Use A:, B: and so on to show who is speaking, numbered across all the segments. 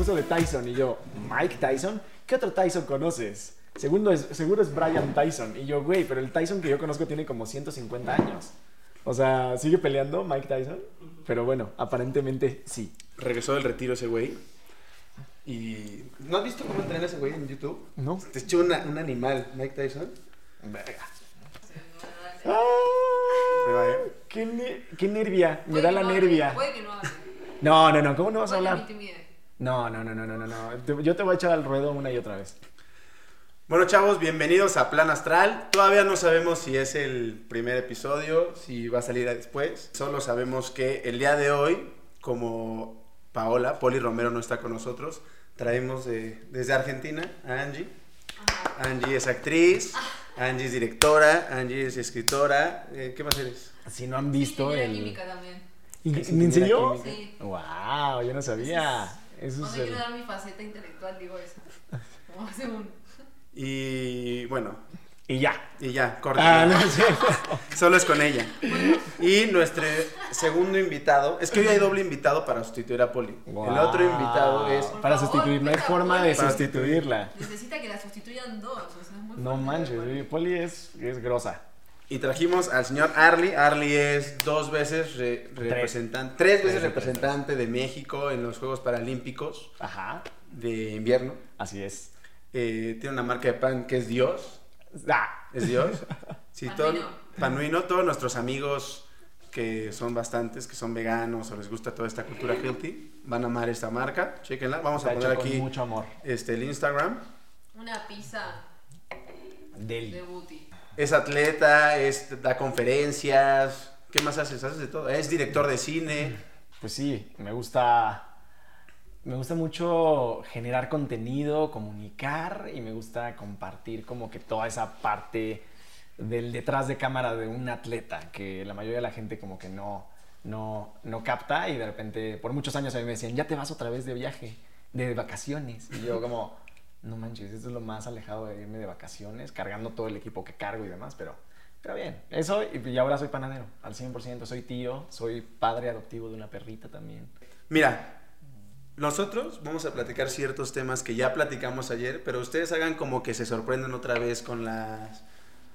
A: eso de Tyson. Y yo, ¿Mike Tyson? ¿Qué otro Tyson conoces? Segundo es, seguro es Brian Tyson. Y yo, güey, pero el Tyson que yo conozco tiene como 150 años. O sea, sigue peleando Mike Tyson. Pero bueno, aparentemente sí.
B: Regresó del retiro ese güey. Y. ¿No has visto cómo entrena ese güey en YouTube?
A: ¿No?
B: Te echó una- un animal, Mike Tyson.
A: Ah,
B: Me va, eh.
A: qué, ne- qué nervia. Me
C: Puede
A: da
C: que
A: la
C: no hable,
A: nervia.
C: Puede que no hable.
A: No, no, no. ¿Cómo no vas
C: Puede
A: a
C: que me
A: hablar?
C: intimide.
A: No, no, no, no, no, no, no. Te- Yo te voy a echar al ruedo una y otra vez.
B: Bueno, chavos, bienvenidos a Plan Astral. Todavía no sabemos si es el primer episodio, si va a salir después. Solo sabemos que el día de hoy, como Paola, Poli Romero no está con nosotros, traemos de- desde Argentina a Angie. Angie es actriz, Angie es directora, Angie es escritora. Eh, ¿Qué más eres?
A: Si no han visto
C: Ingeniera
A: el...
C: química también.
A: ¿Y-
B: Es
A: ¿En
B: ingeniera
A: serio?
B: química.
C: Sí.
A: Wow, yo no sabía. Eso
C: Cuando
A: es
C: quiero
A: el...
C: dar mi faceta intelectual, digo eso. Como hace un.
B: Y bueno,
A: Y ya.
B: y ya, corta.
A: Ah, no sé.
B: Solo es con ella. Y nuestro segundo invitado, es que hoy hay doble invitado para sustituir a Poli. El otro invitado es
C: Por
A: Para
C: favor,
A: sustituir, no hay
C: venga,
A: forma de
C: ponle.
B: Para
A: sustituirla.
C: Necesita que la sustituyan dos. O sea, es muy
A: No
C: fuerte,
A: manches,
C: pero
A: oye, Poli es, es grosa.
B: Y trajimos al señor Arly. Arly es dos veces re- representan- tres veces
A: Tres
B: representante de México en los Juegos Paralímpicos
A: Ajá,
B: de invierno.
A: así es.
B: Eh, tiene una marca de pan que es Dios.
A: Ah,
B: Es Dios. Sí, todo-
C: Panuino.
B: panuino, todos nuestros amigos que son bastantes, que son veganos o les gusta toda esta cultura healthy, van a amar esta marca. Chequenla. Vamos
A: está
B: a poner
A: hecho con
B: aquí
A: mucho amor.
B: este, el Instagram.
C: Una pizza de
A: Del.
C: booty.
B: Es atleta, es, da conferencias. ¿Qué más haces? Haces de todo. Es director de cine.
A: Pues sí, me gusta. Me gusta mucho generar contenido, comunicar y me gusta compartir como que toda esa parte del detrás de cámara de un atleta que la mayoría de la gente como que no, no, no capta y de repente por muchos años a mí me decían, ya te vas otra vez de viaje, de vacaciones. Y yo como, no manches, esto es lo más alejado de irme de vacaciones, cargando todo el equipo que cargo y demás, pero, pero bien, eso y y ahora soy panadero, al 100%, soy tío, soy padre adoptivo de una perrita también.
B: Mira, nosotros vamos a platicar ciertos temas que ya platicamos ayer, pero ustedes hagan como que se sorprenden otra vez con las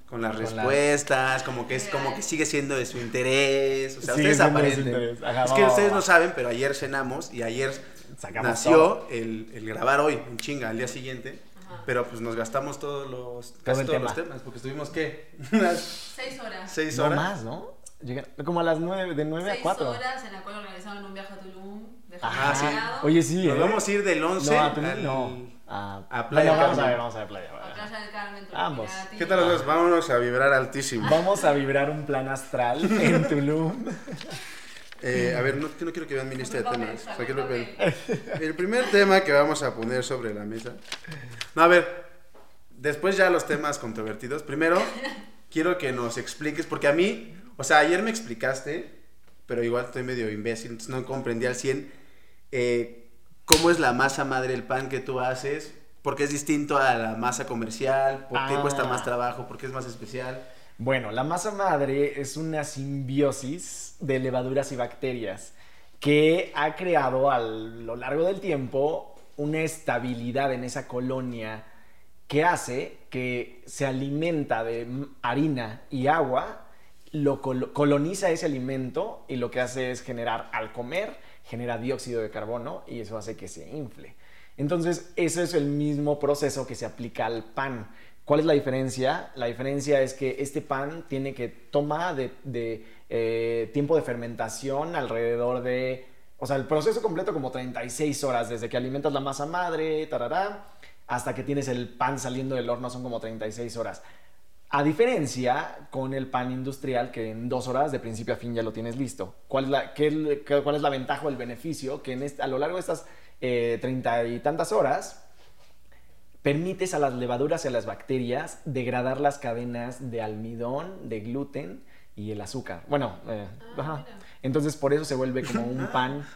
B: con las
A: Con las-
B: respuestas, como que es como que sigue siendo de su interés, o sea,
A: Sigue
B: ustedes
A: siendo de su
B: aparenten.
A: interés, ajá,
B: es
A: va,
B: que
A: va,
B: ustedes
A: va.
B: no saben, pero ayer cenamos y ayer
A: Sacamos
B: nació el, el grabar hoy, en chinga, al día siguiente.
C: Ajá.
B: Pero pues nos gastamos todos los casi
A: el
B: todos
A: tema.
B: los temas, porque estuvimos qué? Unas
C: Seis horas.
B: seis
A: No
B: horas.
A: más, ¿no? Llegan- como a las 9, de 9 a
C: Seis
A: 4.
C: horas en la cual organizaron un viaje a Tulum. de
A: Ajá,
B: sí.
C: Jacinto,
A: Oye, sí,
B: Nos
A: ¿eh?
B: vamos a ir del 11
A: No, a Tulum
B: al-
A: no. A,
B: a Playa
A: Ah, no, vamos
B: Carmen.
A: a ver, vamos a ver Playa.
C: A
A: bueno.
C: Playa del Carmen, Tulum,
A: Ambos.
C: Mirati.
B: ¿Qué tal los dos? Vámonos a vibrar altísimo.
A: Vamos a vibrar un plan astral en Tulum.
B: Eh, a ver, no, que no quiero que vean mi lista de
C: Papel,
B: temas.
C: papel,
B: Saqué el papel.
C: papel.
B: El primer tema que vamos a poner sobre la mesa. No, a ver, después ya los temas controvertidos. Primero, quiero que nos expliques, porque a mí, o sea, ayer me explicaste, pero igual estoy medio imbécil, entonces no comprendí al 100 eh, cómo es la masa madre, el pan que tú haces, por qué es distinto a la masa comercial, por qué
A: Ah.
B: cuesta más trabajo, por qué es más especial.
A: Bueno, la masa madre es una simbiosis de levaduras y bacterias que ha creado a lo largo del tiempo una estabilidad en esa colonia que hace que se alimenta de m- harina y agua, lo col- coloniza ese alimento y lo que hace es generar al comer, genera dióxido de carbono y eso hace que se infle. Entonces, eso es el mismo proceso que se aplica al pan. ¿Cuál es la diferencia? La diferencia es que este pan tiene que toma de, de, eh, tiempo de fermentación alrededor de, o sea, el proceso completo como 36 horas, desde que alimentas la masa madre, tarará, hasta que tienes el pan saliendo del horno son como 36 horas. A diferencia con el pan industrial que en dos horas de principio a fin ya lo tienes listo. ¿Cuál es la, qué es le- qué- cuál es la ventaja o el beneficio? Que en este- a lo largo de estas eh, treinta y tantas horas permites a las levaduras y a las bacterias degradar las cadenas de almidón, de gluten y el azúcar. Bueno, eh,
C: Ah,
A: ajá.
C: mira.
A: entonces por eso se vuelve como un pan.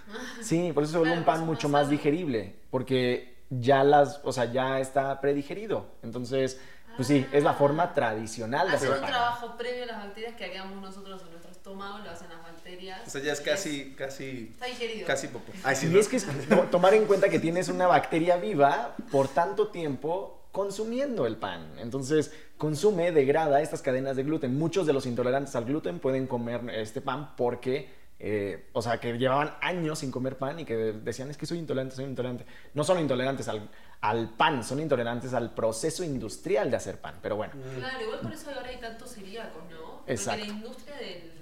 A: Sí, por eso se vuelve
C: Claro,
A: un
C: pues,
A: pan
C: más
A: mucho más
C: sano.
A: digerible, porque ya las, o sea, ya está predigerido. Entonces,
C: Ah,
A: Pues sí, es la forma tradicional de
C: Hacen
A: hacer
C: un
A: pan.
C: Ah, trabajo previo a las bacterias que hagamos nosotros en nuestro estómago, lo hacen las bacterias.
D: O sea, ya es
C: Y
D: casi, casi,
C: Está digerido.
D: casi popó.
B: Ay, sí,
A: Y
B: no.
A: es que es to- tomar en cuenta que tienes una bacteria viva por tanto tiempo consumiendo el pan. Entonces, consume, degrada estas cadenas de gluten. Muchos de los intolerantes al gluten pueden comer este pan porque, eh, o sea, que llevaban años sin comer pan y que decían, es que soy intolerante, soy intolerante. No son intolerantes al, al pan, son intolerantes al proceso industrial de hacer pan. Pero bueno,
C: Claro, igual por eso ahora hay tantos celíacos, ¿no?
A: Mm. Exacto.
C: Porque la industria del,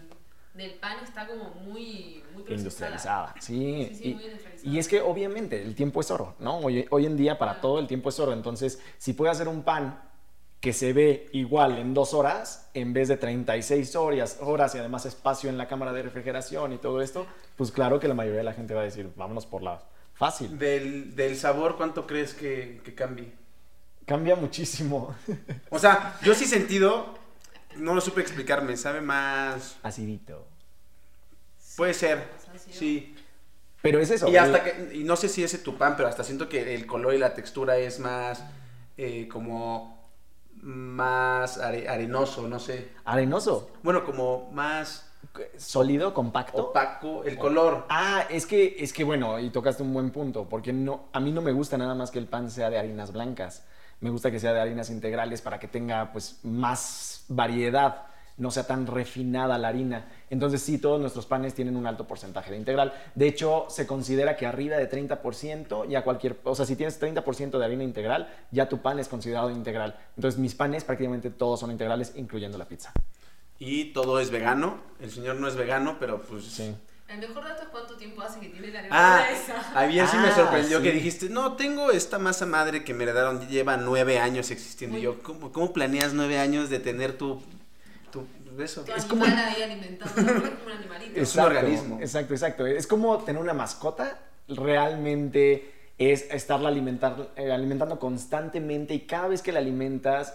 C: del pan está como muy, muy procesada.
A: industrializada. Sí,
C: Sí, sí,
A: y-
C: muy industrializada.
A: y, es que obviamente el tiempo es oro, ¿no? Hoy, hoy en día para
C: Claro.
A: todo el tiempo es oro. Entonces, si puede hacer un pan que se ve igual en dos horas en vez de 36 horas, horas y además espacio en la cámara de refrigeración y todo esto, pues claro que la mayoría de la gente va a decir, vámonos por la fácil.
B: Del, del sabor, ¿cuánto crees que, que cambie?
A: Cambia muchísimo.
B: O sea, yo sí he sentido, no lo supe explicarme, sabe más.
A: Acidito.
B: Puede ser,
C: más ácido.
B: sí.
A: Pero es eso.
B: Y hasta
A: el-
B: que, y no sé si ese tu pan, pero hasta siento que el color y la textura es más, eh, como, más are- arenoso, no sé.
A: Arenoso,
B: Bueno, como más
A: sólido, compacto.
B: opaco el color.
A: Ah, es que, es que bueno, y tocaste un buen punto, porque no, a mí no me gusta nada más que el pan sea de harinas blancas. Me gusta que sea de harinas integrales para que tenga pues más variedad, no sea tan refinada la harina. Entonces sí, todos nuestros panes tienen un alto porcentaje de integral. De hecho, se considera que arriba de 30% ya cualquier, o sea, si tienes 30% de harina integral, ya tu pan es considerado integral. Entonces mis panes prácticamente todos son integrales, incluyendo la pizza.
B: Y todo es vegano. El señor no es vegano, pero pues...
A: Sí.
C: El mejor dato es cuánto tiempo hace que tiene la levadura
B: Ah,
C: esa.
B: ayer sí me
A: Ah,
B: sorprendió que
A: sí.
B: dijiste, no, tengo esta masa madre que me heredaron, lleva nueve años existiendo. Y yo, ¿cómo, cómo planeas nueve años de tener tu, tu eso?
C: Tu
B: Es
C: animal
B: como...
C: ahí alimentado, ¿no? Es como un animalito.
B: Es- un organismo.
A: Exacto, exacto. Es como tener una mascota, realmente es estarla alimentar, eh, alimentando constantemente y cada vez que la alimentas,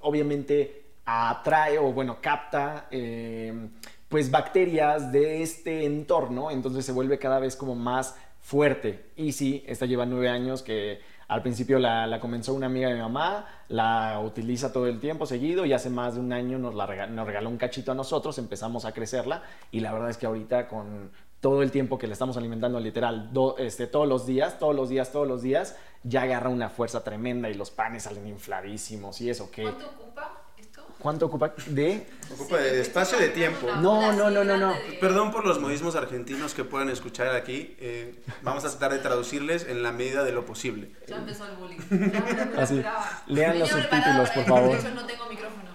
A: obviamente atrae o bueno, capta eh, pues bacterias de este entorno, entonces se vuelve cada vez como más fuerte. Y sí, esta lleva nueve años que al principio la, la comenzó una amiga de mi mamá, la utiliza todo el tiempo seguido y hace más de un año nos, la rega- nos regaló un cachito a nosotros, empezamos a crecerla y la verdad es que ahorita con todo el tiempo que la estamos alimentando literal, do- este, todos los días, todos los días, todos los días, ya agarra una fuerza tremenda y los panes salen infladísimos y eso, ¿qué?
C: ¿Cuánto ocupa esto?
A: ¿Cuánto ocupa de...?
B: Ocupa de espacio de tiempo.
A: No, no, no, no, no.
B: Perdón por los modismos argentinos que puedan escuchar aquí. eh, vamos a tratar de traducirles en la medida de lo posible.
C: Ya empezó el bullying. Ya me lo
A: Así.
C: esperaba.
A: Lean
C: Venía
A: los
C: preparada
A: subtítulos,
C: para
A: por
C: esto,
A: favor.
C: De hecho, no tengo micrófono.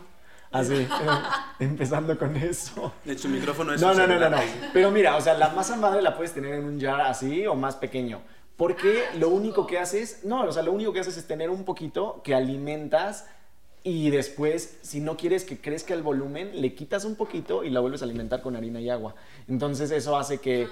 A: Así, empezando con eso.
B: De hecho, el micrófono es
A: No,
B: un
A: no, no, no,
B: celular.
A: no. Pero mira, o sea, la masa madre la puedes tener en un jar así o más pequeño. Porque
C: Ah,
A: lo
C: chico.
A: único que haces, no, o sea, lo único que haces es tener un poquito que alimentas y después, si no quieres que crezca el volumen, le quitas un poquito y la vuelves a alimentar con harina y agua. Entonces eso hace que,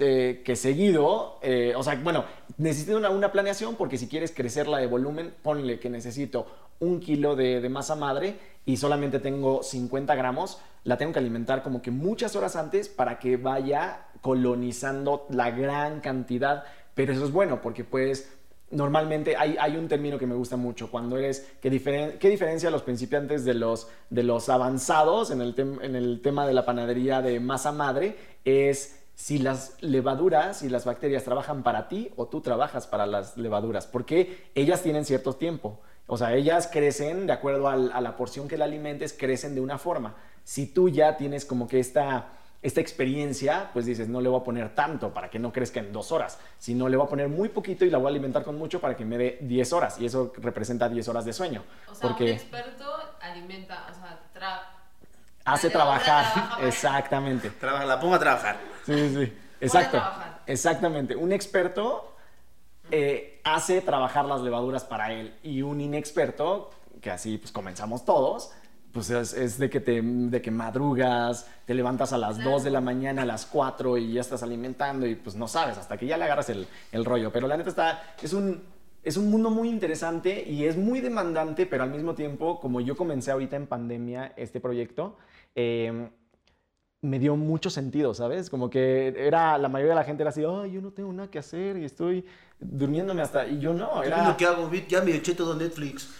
A: eh, que seguido, eh, o sea, bueno, necesitas una, una planeación porque si quieres crecerla de volumen, ponle que necesito un kilo de, de masa madre y solamente tengo 50 gramos, la tengo que alimentar como que muchas horas antes para que vaya colonizando la gran cantidad. Pero eso es bueno porque puedes Normalmente hay, hay un término que me gusta mucho cuando eres, que diferen- ¿qué diferencia a los principiantes de los, de los avanzados en el, tem- en el tema de la panadería de masa madre? Es si las levaduras y las bacterias trabajan para ti o tú trabajas para las levaduras, porque ellas tienen cierto tiempo. O sea, ellas crecen de acuerdo al- a la porción que la alimentes, crecen de una forma. Si tú ya tienes como que esta, esta experiencia, pues dices, no le voy a poner tanto para que no crezca en dos horas, sino le voy a poner muy poquito y la voy a alimentar con mucho para que me dé 10 horas. Y eso representa 10 horas de sueño.
C: O sea, un
A: porque
C: experto alimenta, o sea, tra...
A: hace
C: la levadura trabaja
A: trabajar.
C: para-
A: Exactamente.
B: Trabaja, la pongo a trabajar.
A: Sí, sí, sí. Exacto.
C: trabajar.
A: Exactamente. Un experto eh, hace trabajar las levaduras para él. Y un inexperto, que así pues comenzamos todos, pues es, es de, que te, de que madrugas, te levantas a las
C: Claro.
A: 2 de la mañana, a las 4 y ya estás alimentando y pues no sabes, hasta que ya le agarras el, el rollo. Pero la neta está, es un, es un mundo muy interesante y es muy demandante, pero al mismo tiempo, como yo comencé ahorita en pandemia este proyecto, eh, me dio mucho sentido, ¿sabes? Como que era, la mayoría de la gente era así, ay, yo no tengo nada que hacer y estoy durmiéndome hasta, y yo no,
D: Yo
A: era...
D: lo que hago, Bit, ya me eché todo Netflix.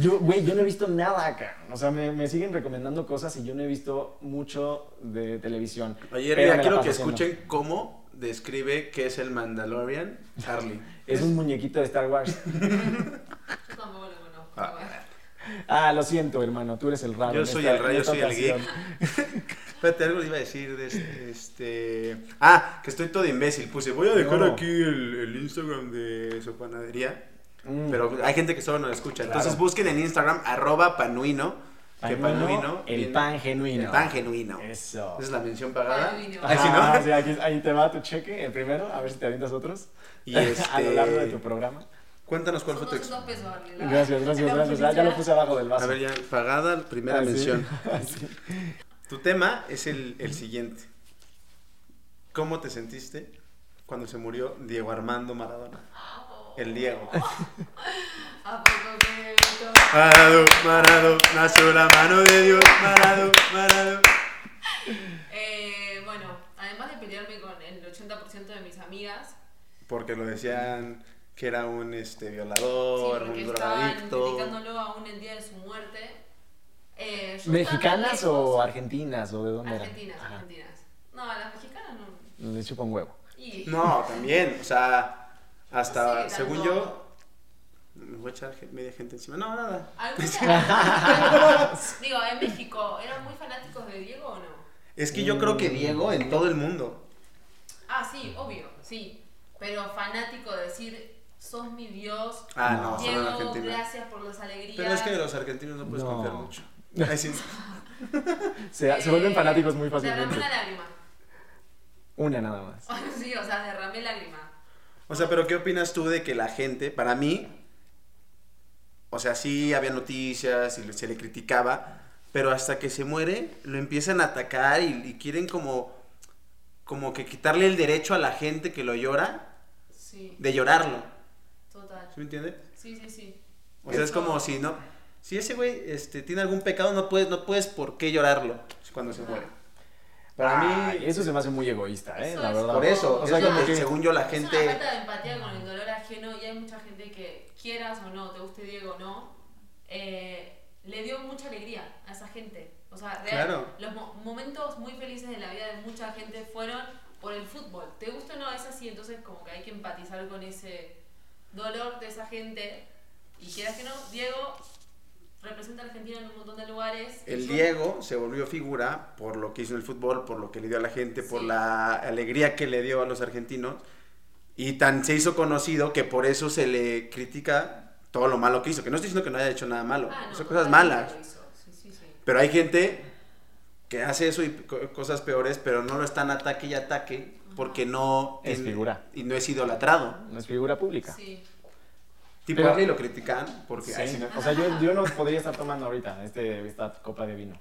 A: Yo, güey, yo no he visto nada acá. O sea, me, me siguen recomendando cosas y yo no he visto mucho de televisión.
B: Oye,
A: Pero
B: Herrera,
A: me la
B: quiero
A: paso
B: que
A: haciendo.
B: escuchen cómo describe qué es el Mandalorian Charlie.
A: Es un muñequito de Star Wars.
C: Yo tampoco lo conozco.
B: Ah.
A: Ah, lo siento, hermano. Tú eres el raro.
B: Yo
A: en
B: soy
A: esta-
B: el raro,
A: en
B: yo
A: esta
B: soy el
A: ocasión.
B: Espérate, algo le iba a decir de este, este- Ah, que estoy todo imbécil. Puse, voy a dejar
A: No.
B: aquí el, el Instagram de su panadería.
A: Mm.
B: Pero hay gente que solo nos escucha.
A: Claro.
B: Entonces busquen en Instagram arroba panuino. que
A: Panuino,
B: panuino
A: el
B: viene-
A: pan genuino.
B: El pan genuino.
A: Eso.
B: Esa es la mención pagada.
C: Panuino.
B: Ay, sí,
A: Ah,
B: ¿no?
A: sí, aquí- ahí te va tu cheque, el primero, a ver si te avientas otros.
B: Y
A: a lo
B: este-
A: largo de tu programa.
B: Cuéntanos cuál
C: Son
B: fue tu
C: dos-
B: ex.
C: dos pesos, Arley, ¿no?
A: Gracias, gracias,
C: Era
A: gracias. Ah, ya lo
C: publicidad.
A: puse abajo del vaso.
B: A ver, ya, pagada, primera
A: Ah, sí.
B: mención.
A: Sí.
B: Tu tema es el, el siguiente. ¿Cómo te sentiste cuando se murió Diego Armando Maradona?
C: Ah,
B: El Diego.
C: ¿A poco que esto?
B: Marado, Marado, nació la mano de Dios. Marado, Marado.
C: Eh, bueno, además de pelearme con el 80% de mis amigas,
B: Porque lo decían que era un este,
C: sí,
B: violador,
C: porque
B: un
C: estaban
B: drogadicto.
C: criticándolo aún el día de su muerte. Eh, yo
A: ¿Mexicanas
C: estaba lejos-
A: o argentinas o de dónde eran?
C: Argentinas,
A: Ajá.
C: argentinas. No, a las mexicanas no.
A: Le chupa un huevo.
C: Y...
B: No, también, o sea, hasta,
C: Sí, tanto.
B: según yo, me voy a echar ge- media gente encima. No, nada.
C: ¿Alguna- Digo, en México, ¿eran muy fanáticos de Diego o no?
B: Es que yo creo que Diego en todo el mundo.
C: Ah, sí, obvio, sí. Pero fanático de decir, sos mi Dios.
B: Ah, no, solo en
C: Diego,
B: Argentina.
C: gracias por las alegrías.
B: Pero es que de los argentinos no puedes
A: No.
B: confiar mucho. Ay, sí.
A: Se, se vuelven
C: Eh,
A: fanáticos muy
C: Derramé
A: fácilmente.
C: una lágrima.
A: Una nada más.
C: sí, o sea, derramé lágrima.
B: O sea, pero ¿qué opinas tú de que la gente, para mí, o sea, sí había noticias y se le criticaba, pero hasta que se muere lo empiezan a atacar y, y quieren como, como que quitarle el derecho a la gente que lo llora
C: Sí,
B: de llorarlo.
C: total.
B: ¿Sí me entiendes?
C: Sí, sí, sí.
B: O sea, es como si no, si ese güey este, tiene algún pecado, no puedes, no puedes por qué llorarlo cuando se muere. Para
A: Ay,
B: mí,
A: eso se me hace muy egoísta, ¿eh?
C: Eso
A: la
C: es
A: verdad.
B: por eso, o sea,
A: como
B: que
A: que-
B: según yo la
C: Es una
B: gente...
C: falta de empatía con el dolor ajeno y hay mucha gente que, quieras o no, te guste Diego o no, eh, le dio mucha alegría a esa gente. O sea, real,
B: Claro.
C: los mo- momentos muy felices de la vida de mucha gente fueron por el fútbol. ¿Te gusta o no? Es así, entonces como que hay que empatizar con ese dolor de esa gente. Y quieras que no, Diego representa a Argentina en un montón de lugares.
B: El
C: Yo-
B: Diego se volvió figura por lo que hizo en el fútbol, por lo que le dio a la gente, por
C: Sí.
B: la alegría que le dio a los argentinos. Y tan se hizo conocido que por eso se le critica todo lo malo que hizo. Que no estoy diciendo que no haya hecho nada malo,
C: Ah, no,
B: son cosas
C: totalmente
B: malas.
C: lo hizo. Sí, sí, sí.
B: Pero hay gente que hace eso y co- cosas peores, pero no lo están ataque y ataque porque no
A: Es
B: tiene-
A: figura.
B: y no es idolatrado.
A: No es figura pública.
C: Sí.
B: Tipo,
A: Pero-
B: Harley lo critican porque
A: Sí.
B: ay, sí, no.
A: O sea, yo, yo no podría estar tomando ahorita este, esta copa de vino.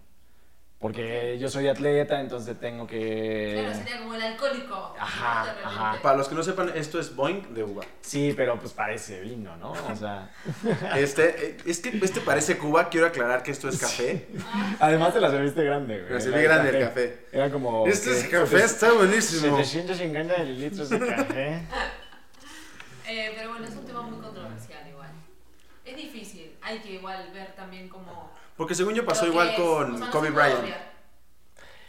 A: Porque yo soy atleta, entonces tengo que...
C: Claro, sería como el alcohólico.
A: Eh. Ajá,
C: ¿no? De repente.
A: ajá.
B: para los que no sepan, esto es Boeing de uva.
A: Sí, pero pues parece vino, ¿no? O sea...
B: Este, eh, es que este parece Cuba, quiero aclarar que esto es café.
A: Además te la serviste grande, güey.
B: Me la serví
A: Era
B: grande el café.
A: Era como...
B: Este es
A: ¿qué?
B: café, este está buenísimo.
A: 750 mililitros de café.
C: Eh, pero bueno, es un tema muy controversial igual. Es difícil, hay que igual ver también cómo...
B: Porque según yo
C: lo
B: pasó
C: que
B: igual
C: es. pues,
B: con
C: O sea, no
B: Kobe
C: se puede
B: Bryant.
C: odiar.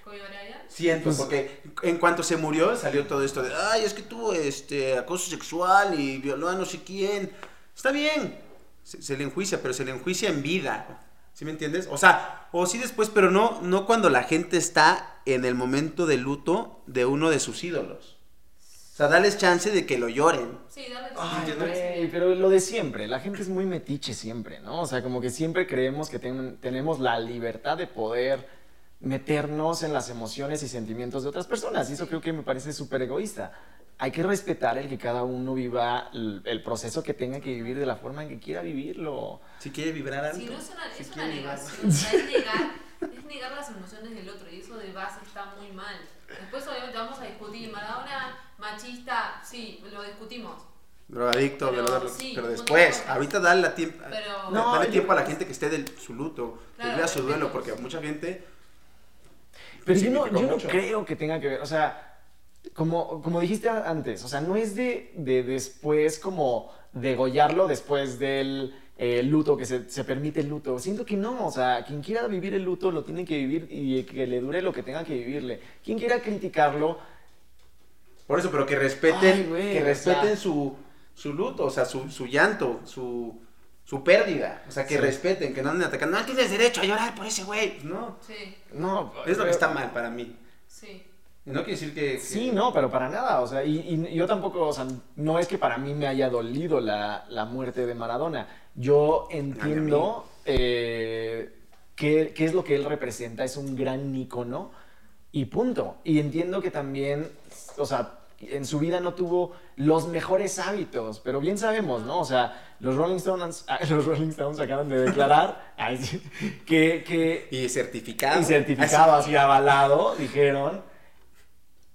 C: ¿Kobe Bryant?
B: Siento, porque en cuanto se murió salió todo esto de, ay, es que tuvo este acoso sexual y violó a no sé quién. Está bien, se, se le enjuicia, pero se le enjuicia en vida. ¿Sí me entiendes? O sea, o sí después, pero no, no cuando la gente está en el momento de luto de uno de sus ídolos. O sea, dales chance de que lo lloren.
C: Sí, dale tu
A: Ay,
C: opinión,
A: güey,
C: sí.
A: pero lo de siempre, la gente es muy metiche siempre, ¿no? O sea, como que siempre creemos que ten- tenemos la libertad de poder meternos en las emociones y sentimientos de otras personas. Y eso creo que me parece súper egoísta. Hay que respetar el que cada uno viva el, el proceso que tenga que vivir de la forma en que quiera vivirlo.
B: Si quiere vibrar alto.
C: Si no es una,
B: Si
C: es una
B: Eh, quiere vibrar.
C: negación, o sea, es negar, es negar las emociones del otro y eso de base está muy mal. Después obviamente vamos a discutir, Maradona machista, sí, lo discutimos,
B: Drogadicto,
C: Pero
B: violador,
C: sí,
B: pero
C: un
B: después,
C: montón de
B: ahorita dale, la tiemp-
C: Pero-
B: dale
A: No, yo-
B: tiempo a la gente que esté de su luto, que
C: Claro,
B: vea su duelo,
C: respeto.
B: porque mucha gente
A: Pero yo no,
B: significó
A: yo no
B: mucho.
A: creo que tenga que ver, o sea, como, como dijiste a- antes, o sea, no es de, de después como degollarlo después del eh, luto, que se, se permite el luto. Siento que no, o sea, quien quiera vivir el luto lo tiene que vivir y que le dure lo que tenga que vivirle. Quien quiera criticarlo,
B: Por eso, pero que respeten,
A: Ay, güey,
B: que
A: o
B: respeten
A: sea.
B: su, su luto, o sea, su, su llanto, su, su pérdida. O sea, que
A: Sí.
B: respeten, que no anden atacando. No tienes derecho a llorar por ese güey. No,
C: Sí,
A: no.
B: es lo
A: pero-
B: que está mal para mí.
C: sí.
B: Y No quiere decir que... que-
A: Sí, no, pero para nada, o sea, y, y yo tampoco, o sea, no es que para mí me haya dolido la, la muerte de Maradona. Yo entiendo eh, qué, qué es lo que él representa, es un gran ícono y punto. Y entiendo que también, o sea, en su vida no tuvo los mejores hábitos, pero bien sabemos, ¿no? O sea, los Rolling Stones, ah, los Rolling Stones acaban de declarar ay, sí, que, que
B: Y certificado.
A: y certificado así avalado, dijeron.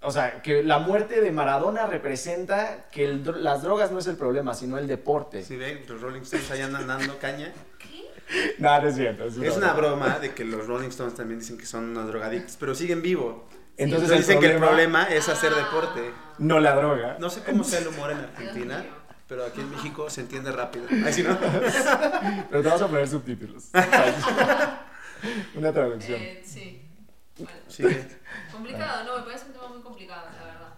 A: O sea, que la muerte de Maradona representa que el dro- las drogas no es el problema, sino el deporte.
B: Si ven, los Rolling Stones allá andan dando caña.
A: No, no es cierto. es
B: Es una broma de que los Rolling Stones también dicen que son unos drogadictos, pero siguen vivos.
A: Entonces,
B: Entonces dicen
A: el
B: que el
A: problema
B: problema es hacer deporte.
C: Ah,
A: no la droga.
B: No sé cómo sea el humor en Argentina,
C: mío.
B: pero aquí en México se entiende rápido. Ay, sí, no.
A: Pero te vas a poner subtítulos. una traducción.
C: Eh, sí. Bueno.
B: Sí.
C: Complicado, no, me parece un tema muy complicado, la verdad.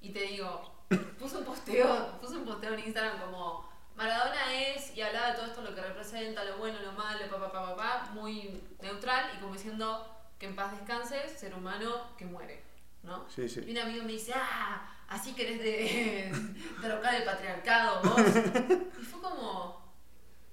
C: Y te digo, puse un posteo, puse un posteo en Instagram como Maradona es, y hablaba de todo esto, lo que representa, lo bueno, lo malo, pa, pa, pa, pa, pa, muy neutral y como diciendo que en paz descanses, ser humano que muere, ¿no?
B: Sí, sí.
C: Y un amigo me dice, ah, así querés de, derrocar el patriarcado vos. Y fue como,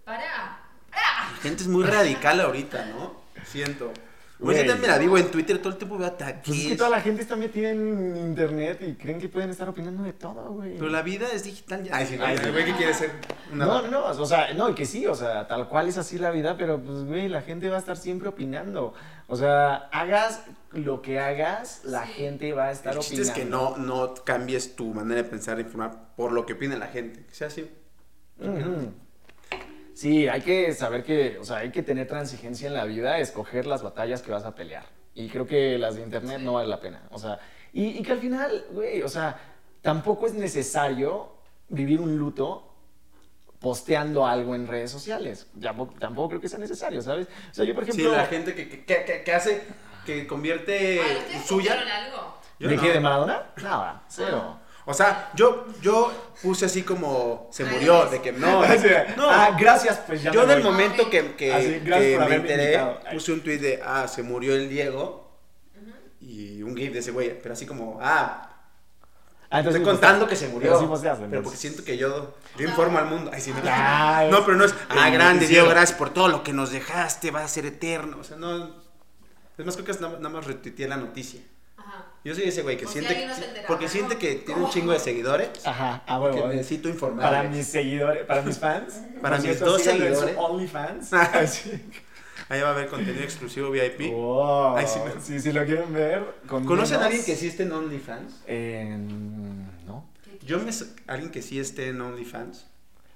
C: pará,
B: La gente es muy radical ahorita, ¿no? Siento.
A: Güey.
B: Bueno, yo también la vivo en Twitter, todo el tiempo veo ataques.
A: Pues es que toda la gente está metida en internet y creen que pueden estar opinando de todo, güey.
B: Pero la vida es digital ya. Ay, sí,
A: Ay, sí.
B: el güey que quiere ser una...
A: No, no, no, o sea, no, y que sí, o sea, tal cual es así la vida, pero pues, güey, la gente va a estar siempre opinando. O sea, hagas lo que hagas, la
C: Sí.
A: gente va a estar
B: El chiste
A: opinando.
B: es que no, no cambies tu manera de pensar y informar por lo que opina la gente. Que sea así.
A: Ujú. Sí, hay que saber que, o sea, hay que tener transigencia en la vida, escoger las batallas que vas a pelear. Y creo que las de internet no vale la pena. O sea, y, y que al final, güey, o sea, tampoco es necesario vivir un luto posteando algo en redes sociales. Tampoco, tampoco creo que sea necesario, ¿sabes? O sea, yo, por
B: Sí,
A: ejemplo...
B: la gente que, que, que- que- que hace, que convierte
C: Ay, ¿ustedes sintieron
B: Eh, suya.
C: algo?
B: Yo
A: ¿De
B: no.
A: qué? ¿De Maradona? Nada, cero.
B: O sea, yo, yo puse así como se
C: Ay,
B: murió,
C: no.
B: de que no.
A: O sea,
B: no.
A: Ah, gracias, pues ya
B: yo
A: me
B: en el
A: voy.
B: momento que, que-
A: Así, gracias
B: que
A: por
B: me
A: haberme
B: enteré,
A: invitado. Ay.
B: puse un tweet de, ah, se murió el Diego. Y un gif de ese güey, pero así como, ah,
A: Ah, entonces
B: estoy
A: sí posteas.
B: contando que se murió.
A: Pero sí posteas,
B: Pero
A: entonces.
B: porque siento que yo, yo informo al mundo. Ay, sí, no.
A: Ya,
B: no,
A: es
B: pero no es, ah,
A: el
B: grande
A: noticiero.
B: Diego, gracias por todo lo que nos dejaste, va a ser eterno. O sea, no. Es más, creo que es nada nada más retuiteé la noticia.
C: Ajá.
B: Yo soy ese güey que
C: Por si
B: siente.
C: alguien no se enteraba,
B: porque
C: ¿no?
B: siente que tiene un chingo de seguidores.
A: Ajá, a
B: que
A: huevo. es-
B: necesito informar.
A: Para mis seguidores, para mis fans.
B: Para
A: Por
B: mis
A: cierto,
B: dos
A: síganlo en su
B: seguidores.
A: OnlyFans. Así.
B: Ah, Ahí va a haber contenido exclusivo VIP.
A: Wow.
B: Ay, sí, no.
A: Sí, si lo quieren ver. con
B: ¿Conocen a
A: Oh, menos-
B: alguien que sí esté en OnlyFans?
A: Eh, no.
B: Yo me. so- ¿Alguien que sí esté en OnlyFans?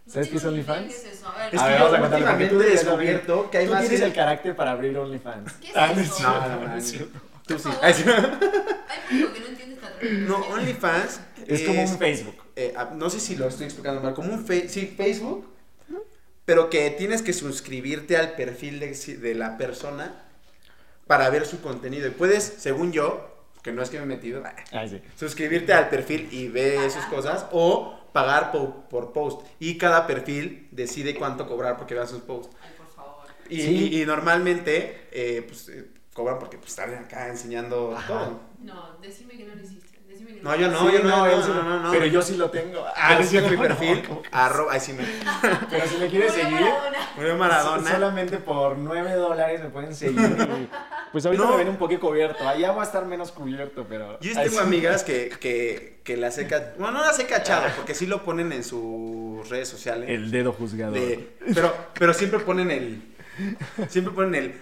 A: ¿Sabes qué es
C: No tengo ni idea
A: OnlyFans?
C: qué es eso? A ver,
B: Es
A: a
B: que
A: ver,
B: yo
A: vamos a contarlo. porque tú
B: últimamente he
A: deberías abrir-
B: descubierto que hay
A: tú
B: más
A: tienes
B: de-
A: el carácter para abrir OnlyFans.
C: ¿Qué es
A: Ah, no
C: eso?
A: es
B: No,
A: cierto,
B: no, no,
A: no es
B: no.
A: cierto.
B: Tú sí.
C: No.
B: Ay, sí.
C: Hay público que no entiende esta tecnología.
B: No, OnlyFans.
A: Es como un Facebook.
B: eh, ah, no sé si lo estoy explicando mal. Como un fe- sí, Facebook. Pero que tienes que suscribirte al perfil de, de la persona para ver su contenido. Y puedes, según yo, que no es que me he metido.
A: Ay, sí.
B: suscribirte al perfil y ve sus cosas o pagar po- por post y cada perfil decide cuánto cobrar porque vean sus posts
C: Ay, por favor.
B: y,
A: Sí.
B: y- y normalmente eh, pues, eh, cobran porque pues, están acá enseñando
A: Ajá.
B: todo
C: No, decime que no lo hiciste. Decime que
B: no yo no
A: Sí,
B: yo no, no,
A: él
B: no,
A: sí lo-
B: no, no, no.
A: Pero yo sí lo tengo.
B: Ah,
A: Pero
B: sí, mi
A: no,
B: perfil
A: no.
B: arroba ay sí me
A: Pero si me quieres
C: Murió
A: seguir.
C: Maradona.
B: murió Maradona
A: Solamente por 9 dólares me pueden seguir. y- pues ahorita
B: No.
A: me ven un poco cubierto. Allá va a estar menos cubierto, pero.
B: Yo
A: Ay,
B: tengo
A: sí.
B: amigas que, que, que las he cachado. Bueno, no las he cachado, porque sí lo ponen en sus redes sociales.
A: El dedo juzgador.
B: de- pero, pero siempre ponen el. Siempre ponen el. eh,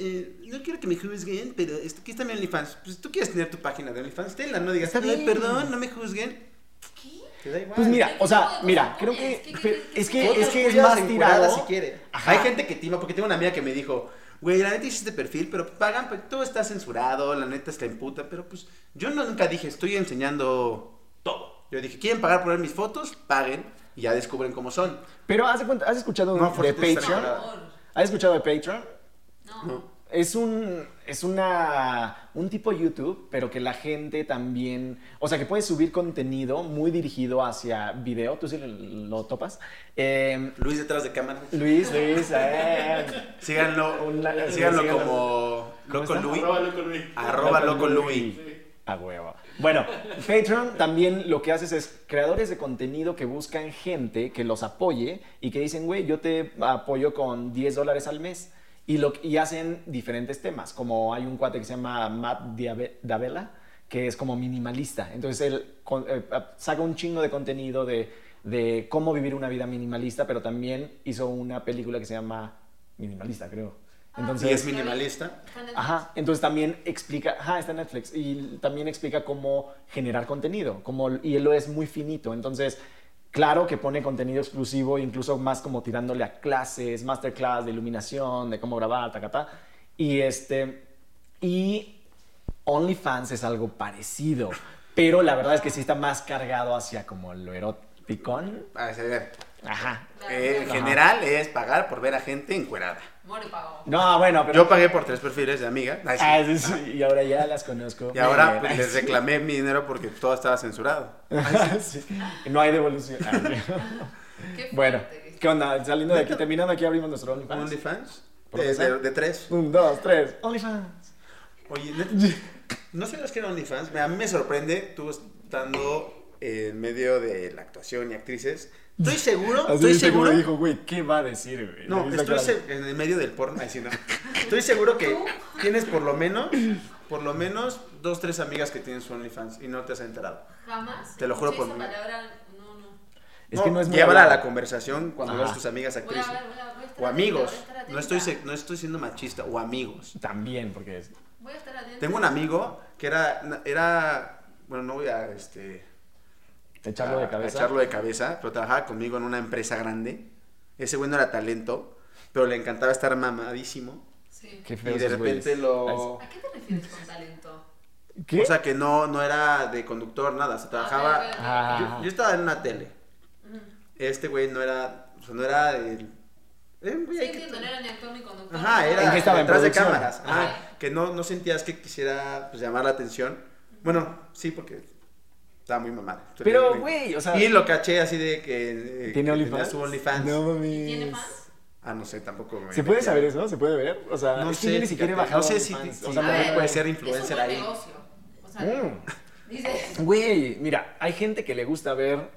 B: eh, no quiero que me juzguen, pero esto- aquí está mi OnlyFans. Pues tú quieres tener tu página de OnlyFans, tenla, no digas.
A: Está
B: "Ay,
A: bien.
B: perdón, no me juzguen.
C: ¿Qué?
B: Te da igual.
A: Pues mira, o sea,
C: Ay,
A: mira,
C: qué
A: creo
C: cojones,
A: que.
C: qué- qué-
A: Es
C: qué-
A: que
B: Fotos
A: es, que es
B: tuyas
A: más
B: encueradas
A: tirado.
B: si quiere.
A: Ajá.
B: Hay gente que tima, porque tengo una amiga que me dijo, güey, la neta hiciste perfil, pero pagan, pues todo está censurado, la neta está en puta, pero pues yo no- nunca dije, estoy enseñando todo. Yo dije, ¿quieren pagar por ver mis fotos? Paguen y ya descubren cómo son.
A: Pero ¿has, de cuenta- has escuchado
B: No,
A: de
B: Fortnite está
C: Por
A: Patreon?
B: enamorada.
C: favor.
A: ¿Has escuchado de Patreon?
C: No.
A: Es un es una un tipo YouTube, pero que la gente también, o sea, que puedes subir contenido muy dirigido hacia video, tú sí lo, lo topas. Eh,
D: Luis detrás de cámara.
A: Luis, Luis, eh,
B: Síganlo,
A: Un like,
B: síganlo
A: síganlo.
B: como
A: ¿Cómo
B: Loco
A: está?
B: Louis.
E: Arroba loco Luis.
B: Arroba Loco Louis.
A: A huevo. Bueno, Patreon también lo que haces es creadores de contenido que buscan gente que los apoye y que dicen, güey, yo te apoyo con 10 dólares al mes. Y, lo, y hacen diferentes temas, como hay un cuate que se llama Matt Diabe- Davela, que es como minimalista. Entonces él con- eh, saca un chingo de contenido de, de cómo vivir una vida minimalista, pero también hizo una película que se llama Minimalista, creo.
B: Si es
A: Entonces,
B: minimalista.
C: Está en el-
A: Ajá, entonces también explica, ajá, está en Netflix y también explica cómo generar contenido, cómo, y él lo es muy finito, entonces claro que pone contenido exclusivo, incluso más como tirándole a clases, masterclass de iluminación, de cómo grabar, tacatá, y este, y OnlyFans es algo parecido, pero la verdad es que sí está más cargado hacia como lo eroticón,
B: A ver,
A: ajá.
B: Ah, eh, en
A: Ajá.
B: general es pagar por ver a gente encuerada.
C: More pago.
A: No, bueno, pero...
B: Yo pagué por tres perfiles de amiga. Ay, sí.
A: Ah, sí, sí, y ahora ya las conozco.
B: Y
A: Bien.
B: ahora pues, les reclamé mi dinero porque todo estaba censurado.
A: Sí. No hay devolución. Ah, sí.
C: Qué
A: bueno,
C: fuerte.
A: ¿qué onda? Saliendo de aquí, terminando aquí, abrimos nuestro OnlyFans.
B: ¿OnlyFans?
A: ¿Por
B: De,
A: qué?
B: de, de tres.
A: Un, dos, tres. OnlyFans.
B: Oye, ¿no- ¿no sabías que era OnlyFans? Mira, A mí me sorprende tú estando en medio de la actuación y actrices. Estoy seguro,
A: Así
B: estoy
A: dice como
B: seguro.
A: dijo, güey, ¿qué va a decir, güey?
B: No,
A: Le dice
B: estoy
A: acá,
B: se- en el medio del porno. Ay, sí, no. Estoy seguro que tienes por lo menos, por lo menos dos, tres amigas que tienen su OnlyFans y no te has enterado.
C: Jamás.
B: Te lo juro
C: escuché
B: por
C: esa
B: mí.
C: palabra. No, no.
A: Es que no es muy
B: llévala a
A: hablado.
B: la conversación cuando
A: Ajá.
B: ves tus amigas
C: Voy a
B: actrices.
C: ver, voy a, voy a estar
B: O
C: atenta,
B: amigos.
C: voy a estar
B: No estoy, se-
C: atenta.
B: no estoy siendo machista. O amigos.
A: También, porque es...
C: Voy a estar atenta.
B: Tengo un amigo que era. era bueno, no voy a, este,
A: Echarlo
B: a-
A: de
B: a
A: cabeza.
B: Ah, echarlo de cabeza, pero trabajaba conmigo en una empresa grande. Ese güey no era talento, pero le encantaba estar mamadísimo.
C: Sí.
A: Qué
B: Y
A: feo
B: de
A: esos
B: repente
A: güeyes.
B: lo.
C: ¿A qué te refieres con talento?
A: ¿Qué?
B: O sea, que no, no era de conductor, nada. Se trabajaba.
C: Ah,
A: Ah.
B: Yo, yo estaba en una tele.
C: Mm.
B: Este güey no era. O sea, no era. El, era un güey
C: Sí,
B: ahí que-
C: entiendo, no era ni actor ni conductor.
B: Ajá,
A: ¿En
B: era
A: qué estaba? ¿En
B: detrás de
A: producción?
B: cámaras. Ajá,
C: Ajá.
B: que no, no sentías que quisiera pues, llamar la atención. Bueno, sí, porque estaba muy mamada. Entonces,
A: Pero,
B: me-
A: güey, o sea-
B: Y lo caché así de que... eh, que
A: ¿Tiene OnlyFans?
B: tenía su OnlyFans.
A: No mames.
C: ¿Tiene fans?
B: Ah, no sé, tampoco me
A: ¿Se puede
B: metí.
A: saber eso? ¿Se puede ver? O sea,
B: No
A: es que
B: sé,
A: yo ni siquiera he
B: fíjate,
A: bajado
B: no sé si-
A: OnlyFans,
B: si-
A: o sea,
B: a
A: me
B: ver,
A: da-
B: puede ser
C: es
B: influencer
C: un buen
B: ahí.
C: negocio. O sea,
A: Mm.
C: dice,
A: Güey, mira, hay gente que le gusta ver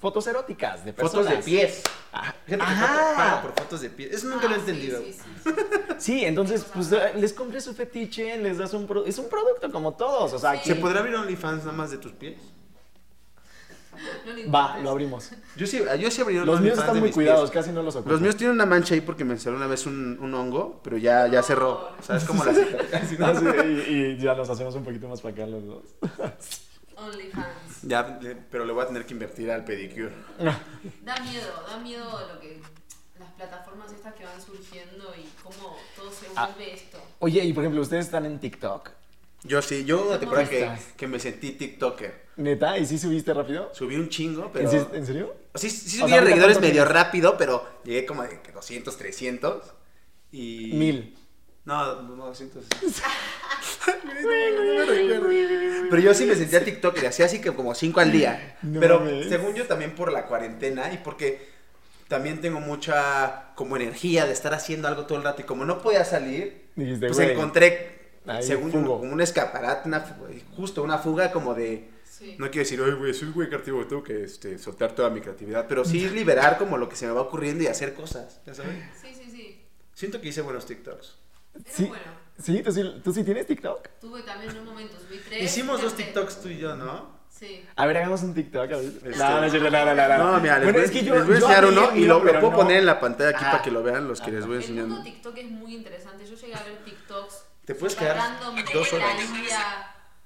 A: fotos eróticas de
B: Fotos
A: personas.
B: de pies.
A: Ah,
B: Gente que
A: ajá.
B: foto- paga por fotos de pies. Eso nunca lo
C: ah,
B: he entendido.
C: Sí, sí, sí.
A: Sí, entonces, pues les compré su fetiche, les das un producto. Es un producto como todos, o sea,
C: Sí.
B: ¿Se podrá abrir OnlyFans nada más de tus pies?
C: No le
A: Va,
C: intentes.
A: lo abrimos.
B: Yo sí, yo sí abriría
A: Los
B: un
A: míos
B: OnlyFans
A: están muy
B: de mis pies.
A: cuidados, casi no los ocupo.
B: Los míos tienen una mancha ahí porque me salió una vez un, un hongo, pero ya, ya cerró. O sea, es como la
A: Ah, sí, y, y ya los hacemos un poquito más para acá los dos.
C: OnlyFans.
B: Ya, le- pero le voy a tener que invertir al pedicure.
C: Da miedo, da miedo lo que las plataformas estas que van surgiendo y cómo todo se
A: Ah.
C: vuelve esto.
A: Oye, y por ejemplo, ustedes están en TikTok.
B: Yo sí, yo hubo una temporada
A: ¿Cómo
B: que,
A: estás?
B: que me sentí TikToker.
A: ¿Neta? ¿Y sí subiste rápido?
B: Subí un chingo,
A: ¿En,
B: pero.
A: sí- en serio?
B: Sí, sí
A: O
B: subí
A: sea,
B: de
A: ahorita
B: seguidores
A: cuánto
B: medio
A: tienes?
B: rápido, pero llegué como de que 200, 300. Y.
A: Mil.
B: No, no, 200. pero yo sí me sentía TikToker, hacía así que como 5 al día.
A: No
B: pero
A: mames.
B: según yo también por la cuarentena y porque también tengo mucha como energía de estar haciendo algo todo el rato y como no podía salir,
A: Dijiste,
B: pues
A: güey.
B: encontré
A: Ahí,
B: según
A: fungo.
B: como un escaparate, una fu- justo una fuga como de
C: Sí.
B: no quiero decir, oye, güey, soy güey creativo, tengo que este, soltar toda mi creatividad, pero sí liberar como lo que se me va ocurriendo y hacer cosas, ¿ya sabes?
C: Sí, sí, sí.
B: Siento que hice buenos TikToks.
C: Pero
A: Sí.
C: bueno,
A: ¿Sí? ¿Tú, sí, tú sí tienes TikTok?
C: tuve también en un momento, subí tres.
B: Hicimos dos
C: canté.
B: TikToks tú y yo, ¿no?
C: Sí.
A: A ver, hagamos un TikTok. A ver.
B: Este-
A: No, no, es cierto, no, no, no, no.
B: No, mira, les,
A: Bueno,
B: voy,
A: es que yo-
B: les voy a
A: yo
B: enseñar
A: abrí
B: uno
A: el
B: y
A: mío,
B: lo, lo
A: pero
B: puedo
A: no.
B: poner en la pantalla aquí
A: Ah.
B: para que lo vean los que les voy
C: El
B: enseñando.
C: mundo TikTok es muy interesante. Yo llegué a ver TikToks.
B: Te puedes quedar
C: random de
B: dos horas.
C: La India.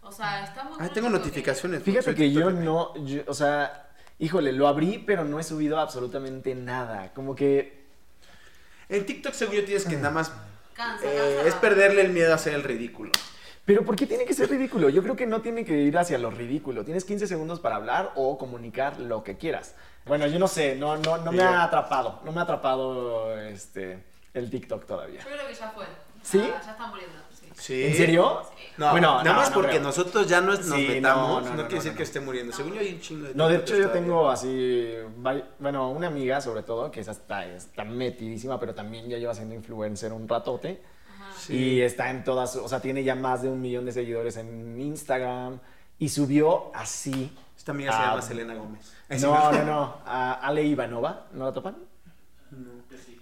C: O sea, está muy
B: Ah, tengo
C: bueno TikTok, ¿eh?
B: notificaciones.
A: Fíjate
B: soy
A: que yo
B: TikToker.
A: no, yo- o sea, híjole, lo abrí, pero no he subido absolutamente nada. Como que
B: En TikTok seguro tienes que nada más
C: Cansa,
B: Eh,
C: cansa.
B: es perderle el miedo a hacer el ridículo.
A: Pero ¿por qué tiene que ser ridículo? Yo creo que no tiene que ir hacia lo ridículo. Tienes 15 segundos para hablar o comunicar lo que quieras. Bueno, yo no sé, no, no, no me
B: Sí.
A: ha atrapado. No me ha atrapado este, el TikTok todavía.
C: Yo creo que ya fue. Ah,
A: ¿Sí?
C: Ya, ya están muriendo. Sí.
B: Sí.
A: ¿En serio?
B: No,
A: Bueno,
B: nada
A: no,
B: más
A: no
B: porque
A: creo.
B: nosotros ya nos, nos
A: Sí, no,
B: metamos,
A: no,
B: no,
A: no,
B: quiere
A: no,
B: decir
A: no.
B: que esté muriendo. Según yo hay un chingo de
A: No, de
B: TikToks
A: hecho yo
B: todavía.
A: tengo así, vari- bueno, una amiga sobre todo, que es hasta, está metidísima, pero también ya lleva siendo influencer un ratote.
C: Ajá.
B: Sí.
A: Y está en todas, o sea, tiene ya más de un millón de seguidores en Instagram. Y subió así.
B: Esta amiga se llama
A: Ah.
B: Selena Gómez.
A: No, no, no. A Ale Ivanova, ¿no la topan?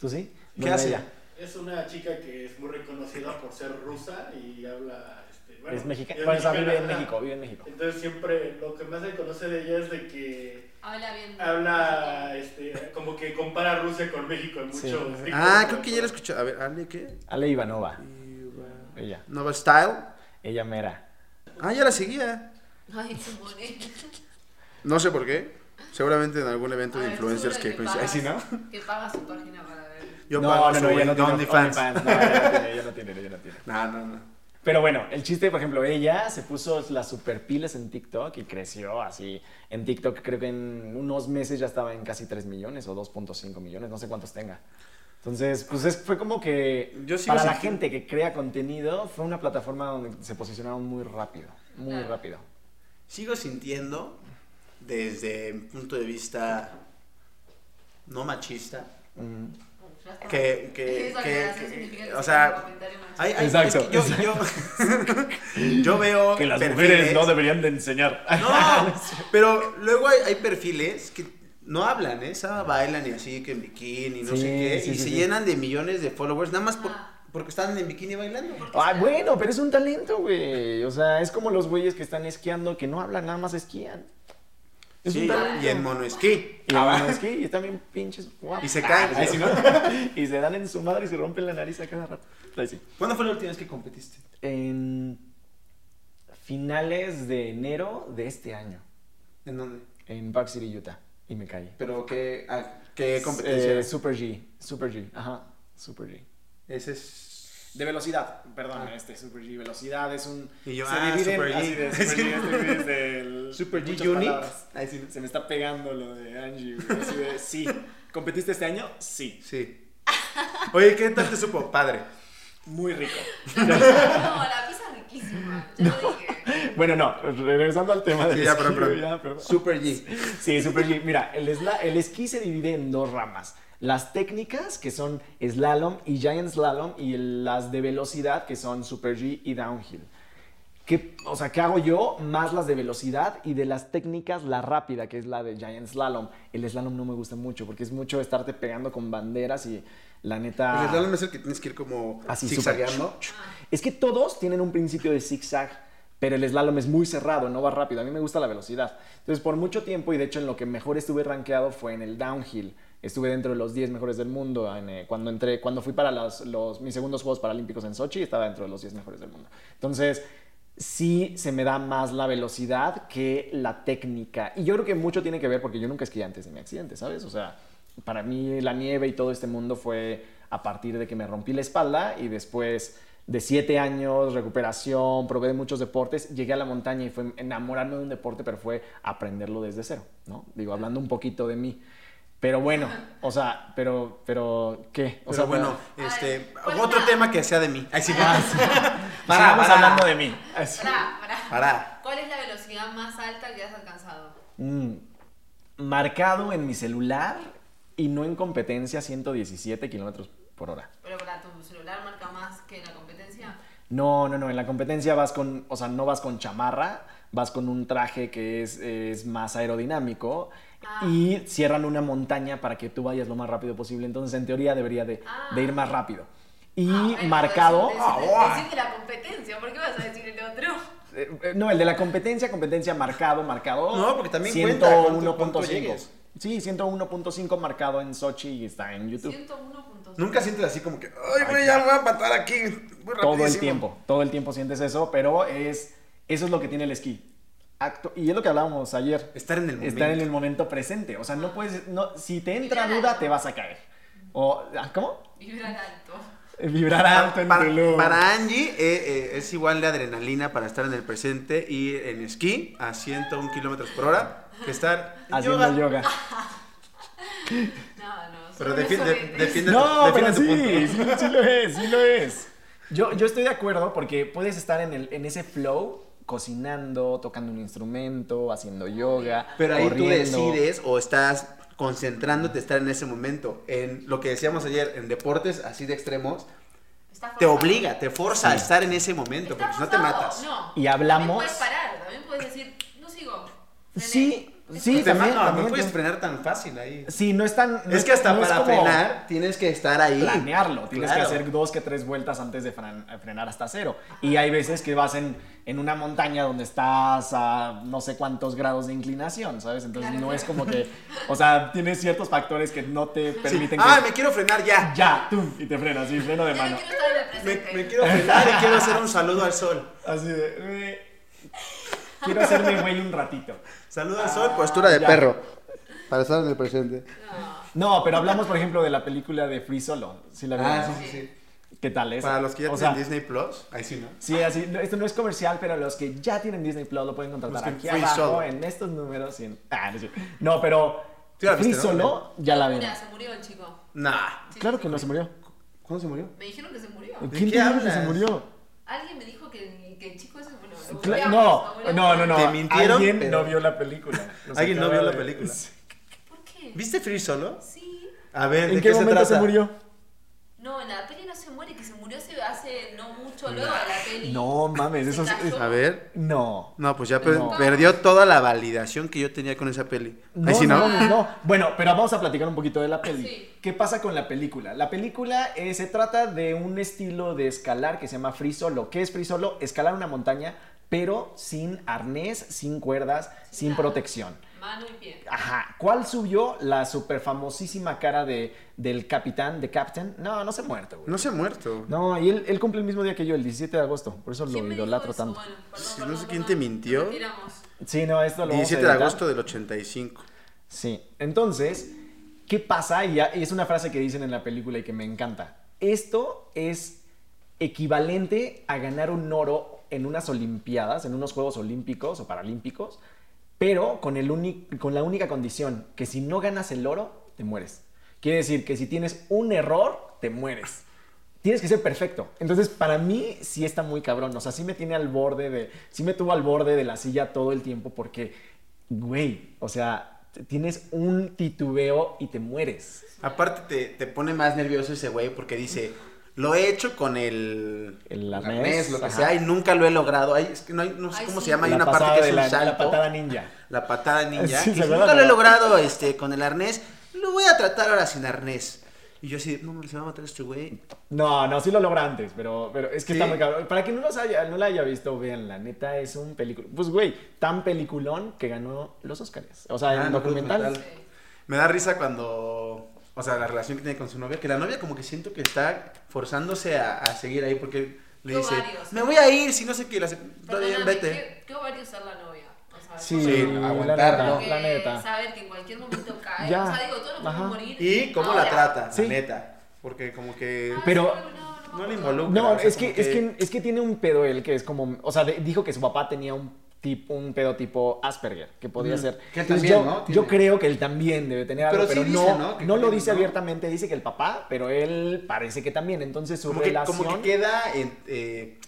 A: ¿Tú sí?
B: ¿Qué
A: Bueno,
B: hace?
A: ella.
E: Es una chica que es muy reconocida por ser rusa y habla. Este, bueno,
A: es mexica-
E: es
A: bueno, o sea, vive en
E: mexicana, ajá.
A: México, vive en México.
E: Entonces siempre lo que más se conoce de ella es de que
C: Habla bien.
E: habla, este, como que compara Rusia con México en muchos.
A: Sí.
E: TikToks.
B: Ah, creo que ya la escuché. A ver, Ale, ¿qué?
A: Ale Ivanova, ella.
B: Nova Style.
A: Ella mera.
B: Ah, ya la seguía.
C: Ay, se pone.
B: No sé por qué. Seguramente en algún evento de
C: A ver,
B: influencers que
C: seguro que
B: coincide. Ay,
C: pagas.
B: sí, ¿no?
C: Que paga su página para ver.
B: Yo
A: no,
B: pago
A: no,
B: su
A: no, ella no tiene
B: OnlyFans.
A: OnlyFans, No, ella no tiene, ella no tiene, ella no tiene.
B: No, no, no.
A: Pero bueno, el chiste, por ejemplo, ella se puso las superpilas en TikTok y creció así. En TikTok creo que en unos meses ya estaba en casi 3 millones o 2.5 millones, no sé cuántos tenga. Entonces, pues es- fue como que
B: Yo sigo
A: para la
B: sintiendo-
A: gente que crea contenido fue una plataforma donde se posicionaron muy rápido, muy
C: Claro.
A: rápido.
B: Sigo sintiendo, desde mi punto de vista no machista,
A: Mm.
C: Oh, Ya está.
B: que... que,
C: Esa
B: que-
C: aclaración significa
B: que- o
C: que sí, un
B: sea,
C: comentario machista.
B: hay- hay-
A: Exacto,
B: es que yo, Yo, yo veo... perfiles-
A: deberían de enseñar.
B: No, pero luego hay, hay perfiles que no hablan, ¿eh? Esa bailan y así, que en bikini, no
A: Sí,
B: sé qué,
A: sí,
B: y
A: sí,
B: se
A: sí.
B: llenan de millones de followers, nada más por-
C: Ah.
B: porque están en bikini bailando.
A: Ay, bueno, pero es un talento, güey. O sea, es como los güeyes que están esquiando, que no hablan, nada más esquían. Es
B: Sí,
A: un talento.
B: y en monoesquí.
A: Y
B: Ah,
A: van a esquí y están bien pinches guapos.
B: Y se caen.
A: Ay, sí, ¿no? y se dan en su madre y se rompen la nariz a cada rato. Ay, sí.
B: ¿Cuándo fue la última vez que competiste?
A: En finales de enero de este año,
B: ¿En dónde?
A: en Park City, Utah. Y me caí.
B: Pero qué, ah, qué competencia.
A: Eh,
B: era?
A: Super G. Super G. Ajá. Super G.
B: Ese es.
A: De velocidad, perdón, este Super G velocidad es un
B: Y yo,
A: se
B: ah,
A: dividen
B: Super G.
A: así de Super G, este güey es del-
B: Super G
A: muchas
B: Unit.
A: palabras.
B: Ahí sí.
A: Se me está pegando lo de Angie, güey, así de, sí. ¿Competiste este año? Sí.
B: Sí. Oye, ¿qué tal te supo? Padre.
A: Muy rico.
C: No, la pizza es riquísima. Yo lo dije.
A: Bueno, no, regresando al tema del
B: Sí, ya,
A: esquí,
B: pero, pero-
A: güey, ya, pero-
B: Super G.
A: Sí, Super G. Mira, el, esla- el esquí se divide en dos ramas. Las técnicas, que son slalom y giant slalom, y las de velocidad, que son Super G y downhill. ¿Qué, o sea, ¿qué hago yo? Más las de velocidad y de las técnicas, la rápida, que es la de giant slalom. El slalom no me gusta mucho porque es mucho estarte pegando con banderas y la neta...
B: El slalom es el que tienes que ir como
A: Así,
B: zigzagueando.
A: Es que todos tienen un principio de zigzag, pero el slalom es muy cerrado, no va rápido. A mí me gusta la velocidad. Entonces, por mucho tiempo, y de hecho en lo que mejor estuve rankeado fue en el downhill. Estuve dentro de los 10 mejores del mundo. en, eh, cuando entré, cuando fui para las- los, mis segundos Juegos Paralímpicos en Sochi, estaba dentro de los 10 mejores del mundo. Entonces, sí se me da más la velocidad que la técnica. Y yo creo que mucho tiene que ver porque yo nunca esquié antes de mi accidente, ¿sabes? O sea, para mí la nieve y todo este mundo fue a partir de que me rompí la espalda y después de siete años, recuperación, probé muchos deportes, llegué a la montaña y fue enamorarme de un deporte, pero fue aprenderlo desde cero, ¿no? Digo, hablando un poquito de mí. Pero bueno, o sea, pero, pero, ¿qué? O
B: O
A: sea,
B: sea, bueno,
C: Ay,
B: este,
C: pues
B: otro
C: nada.
B: tema que sea de mí. Ahí
C: Ah,
B: sí. Para,
A: Sigamos
B: para.
A: hablando de mí.
C: Pará, pará.
B: Para.
C: ¿Cuál es la velocidad más alta que has alcanzado?
A: Mm. marcado en mi celular y no en competencia 117 kilómetros por hora.
C: Pero para tu celular marca más que la competencia.
A: No, no, no. En la competencia vas con, o sea, no vas con chamarra, vas con un traje que es, es más aerodinámico
C: Ah.
A: y cierran una montaña para que tú vayas lo más rápido posible. Entonces, en teoría, debería de,
C: Ah.
A: de ir más rápido. Y
C: Ah, bueno,
A: marcado.
C: Decir,
B: Ah, guau.
C: decir de la competencia, ¿por qué vas a decir el otro?
A: Eh, eh, No, el de la competencia, competencia marcado, marcado.
B: No, porque también cuenta cuánto- cuánto
A: 101.5.
B: llegues.
A: Sí, 101.5 marcado en Sochi y está en YouTube.
C: 101.5.
B: Nunca sientes así como que, ay, güey, ya me voy a patar aquí. Muy
A: todo el
B: rapidísimo".
A: tiempo, todo el tiempo sientes eso, pero es eso es lo que tiene el esquí. Acto, y es lo que hablábamos ayer,
B: Estar en el momento.
A: estar en el momento presente, o sea, no puedes no si te entra
C: Vibrar
A: duda
C: alto.
A: te vas a caer. O ah, ¿cómo?
C: Vibrar alto.
A: Vibrar alto en
B: para,
A: Tulum.
B: para Angie eh, eh, es igual de adrenalina para estar en el presente y en esquí a 101 kilómetros por hora que estar en
A: Haciendo
B: yoga.
A: yoga.
C: No, no. son
B: Pero
C: unos
B: defi- de-
C: ojetes.
B: defiende-
A: No,
B: defiende
A: pero
B: tu
A: sí,
B: punto.
A: sí, sí lo es, sí lo es. Yo, yo estoy de acuerdo porque puedes estar en, el, en ese flow cocinando, tocando un instrumento, haciendo yoga.
B: Pero ahí tú
A: corriendo.
B: decides o estás concentrándote estar en ese momento. En lo que decíamos ayer, en deportes así de extremos,
C: Está
B: te
C: forzado.
B: obliga, te forza a
A: Sí.
B: estar en ese momento,
C: Está
B: porque si no te
C: forzado,
B: matas.
C: No.
A: Y hablamos-
C: También puedes parar, también puedes decir, no sigo. frené.
A: Sí, sí,
B: Te ma-
A: también.
B: no, no
A: también
B: puedes
A: te-
B: frenar tan fácil ahí.
A: Sí, no es tan. no
B: es que hasta
A: no
B: para
A: como
B: frenar tienes que estar ahí.
A: Planearlo. Tienes
B: Claro.
A: que hacer dos que tres vueltas antes de fran- frenar hasta cero. Y hay veces que vas en, en una montaña donde estás a no sé cuántos grados de inclinación, ¿sabes? Entonces
C: Claro,
A: no
C: claro.
A: es como que. O sea, tienes ciertos factores que no te permiten que.
B: Ah, me quiero frenar ya.
A: ya, tum, y te frenas, y freno de
C: Yo no
A: mano.
C: quiero estar en el
B: Me,
C: presente.
B: me quiero frenar y quiero hacer un saludo al sol.
A: Así de. "Eh, quiero hacerme güey un ratito.
B: Saludo al
D: Ah,
B: sol, postura
A: ya.
D: Para estar en el presente.
C: No.
A: No, pero hablamos, por ejemplo, de la película de Free Solo. ¿Sí la
B: Ah,
A: vieron?
B: sí, sí, sí.
A: ¿Qué tal es?
B: Para los que ya
A: o
B: tienen
A: sea,
B: Disney Plus, ahí sí, ¿no?
A: Sí, así, no, esto no es comercial, pero los que ya tienen Disney Plus lo pueden contratar
B: Busquen
A: aquí
B: Free
A: abajo
B: Solo.
A: en estos números. y en- ah, no, sé. No, pero
B: Sí, la
A: Free
B: viste, ¿no?
A: Solo ya la vieron.
C: Mira, se murió el chico.
B: Nah.
C: Sí,
A: Claro
C: sí,
A: que
C: sí.
A: no se murió.
B: ¿Cuándo se murió?
C: Me dijeron que se murió.
A: ¿Quién
B: ¿De
A: te
B: qué
A: dijo que se
B: hablas?
A: murió?
C: Alguien me dijo que, que el chico ese. Bueno, lo
A: Cla-
C: googleamos, lo
A: no,
C: googleamos.
A: no, no, no.
B: Te mintieron,
A: Alguien
B: pero-
A: no vio la película. Nos
B: Alguien no
A: acaba
B: vio la
A: de-
B: película.
C: ¿Por qué?
B: ¿Viste Free Solo?
C: Sí.
B: A ver, ¿de
A: ¿En qué,
B: se
A: momento
B: trata?
A: se, murió?
C: No, en la peli no se muere, que se murió hace, hace no mucho luego a la peli.
A: No mames, eso es.
C: Se cayó.
B: A ver.
A: No.
B: No, pues ya per-
A: No.
B: perdió toda la validación que yo tenía con esa peli.
A: No,
B: Ahí sí,
A: no,
B: ¿no?
A: no, no. Bueno, pero vamos a platicar un poquito de la peli.
C: Sí.
A: ¿Qué pasa con la película? La película eh, se trata de un estilo de escalar que se llama free solo. ¿Qué es free solo? Escalar una montaña, pero sin arnés, sin cuerdas, sin
C: nada.
A: protección.
C: Mano y
A: Ah,
C: pie.
A: Ajá. ¿Cuál subió la super famosísima cara de, del capitán, de Captain? No, no se ha muerto, güey.
B: No se ha muerto.
A: No, y él, él cumple el mismo día que yo, el 17 de agosto. Por eso lo
C: ¿Quién me dijo
A: idolatro
C: eso?
A: tanto.
C: Bueno, perdón,
B: Sí,
C: perdón,
B: no sé
C: perdón.
B: quién te mintió.
C: Lo retiramos.
A: Sí, no, esto lo vamos a
B: 17 de
A: editar.
B: agosto del 85.
A: Sí, entonces, ¿qué pasa? Y ya- y es una frase que dicen en la película y que me encanta. Esto es equivalente a ganar un oro en unas Olimpiadas, en unos Juegos Olímpicos o Paralímpicos, pero con, el uni- con la única condición que si no ganas el oro, te mueres. Quiere decir que si tienes un error, te mueres. Tienes que ser perfecto. Entonces, para mí sí está muy cabrón. O sea, sí me tiene al borde de. Sí me tuvo al borde de la silla todo el tiempo porque, güey, o sea, t- tienes un titubeo y te mueres.
B: Aparte te, te pone más nervioso ese güey porque dice, lo he hecho con el,
A: El arnés,
B: lo que
A: ajá.
B: sea, y nunca lo he logrado. Ay, es que no, hay- no sé
C: Ay,
B: cómo
C: sí.
B: se llama, hay
A: La
B: una parte
A: pasada
B: que es
A: de
B: un
A: la,
B: salto.
A: la patada ninja.
B: la patada ninja.
A: Sí,
B: que
A: se
B: dice,
A: acuerda
B: nunca
A: la-
B: lo he logrado este, con el arnés, lo voy a tratar ahora sin arnés. Y yo así, no, mames, se va a matar este güey.
A: No, no, sí lo logra antes, pero, pero es que
B: ¿Sí?
A: está muy cabrón. Para quien no, los haya, no la haya visto, vean, la neta es un película. Pues, güey, tan peliculón que ganó los Oscars. O sea,
B: Ah,
A: el
B: no,
A: documental.
B: documental. Me da risa cuando. O sea, la relación que tiene con su novia, que la novia como que siento que está forzádándose a, a seguir ahí porque le
C: Qué
B: dice,
C: ovarios.
B: me voy a ir, si no sé qué, la, está bien,
C: Perdóname,
B: vete.
C: ¿Qué, qué ovario usar la novia? O sea,
A: Sí,
C: cosa-
B: Sí,
A: la
B: aguantarlo.
A: neta, la
C: Porque
A: neta.
C: Saber que en cualquier momento cae.
A: Ya.
C: O sea, digo, todos nos
A: Ajá.
C: podemos morir.
B: Y cómo la
C: ahora. Ah,
B: trata,
A: Sí.
B: la neta. Porque como que.
C: Ay,
A: Pero-
C: no, no, no,
B: No le
C: no.
B: involucra.
A: No,
B: o sea,
A: es que,
B: como
A: es, que, es que tiene un pedo él que es como. O sea, de- dijo que su papá tenía un, tip- un pedo tipo Asperger, que podía
B: Ujú.
A: ser.
D: Que él
A: Entonces,
D: también,
A: yo,
D: ¿no? Tiene.
A: yo creo que él también debe tener algo,
B: Pero
A: pero,
B: sí
A: no,
B: dice, ¿no?
A: no,
B: Que
A: lo
B: creo que
A: dice
B: no.
A: abiertamente, dice que el papá, pero él parece que también. Entonces su
B: Como que,
A: relación. Ah.
B: como que queda. en- eh,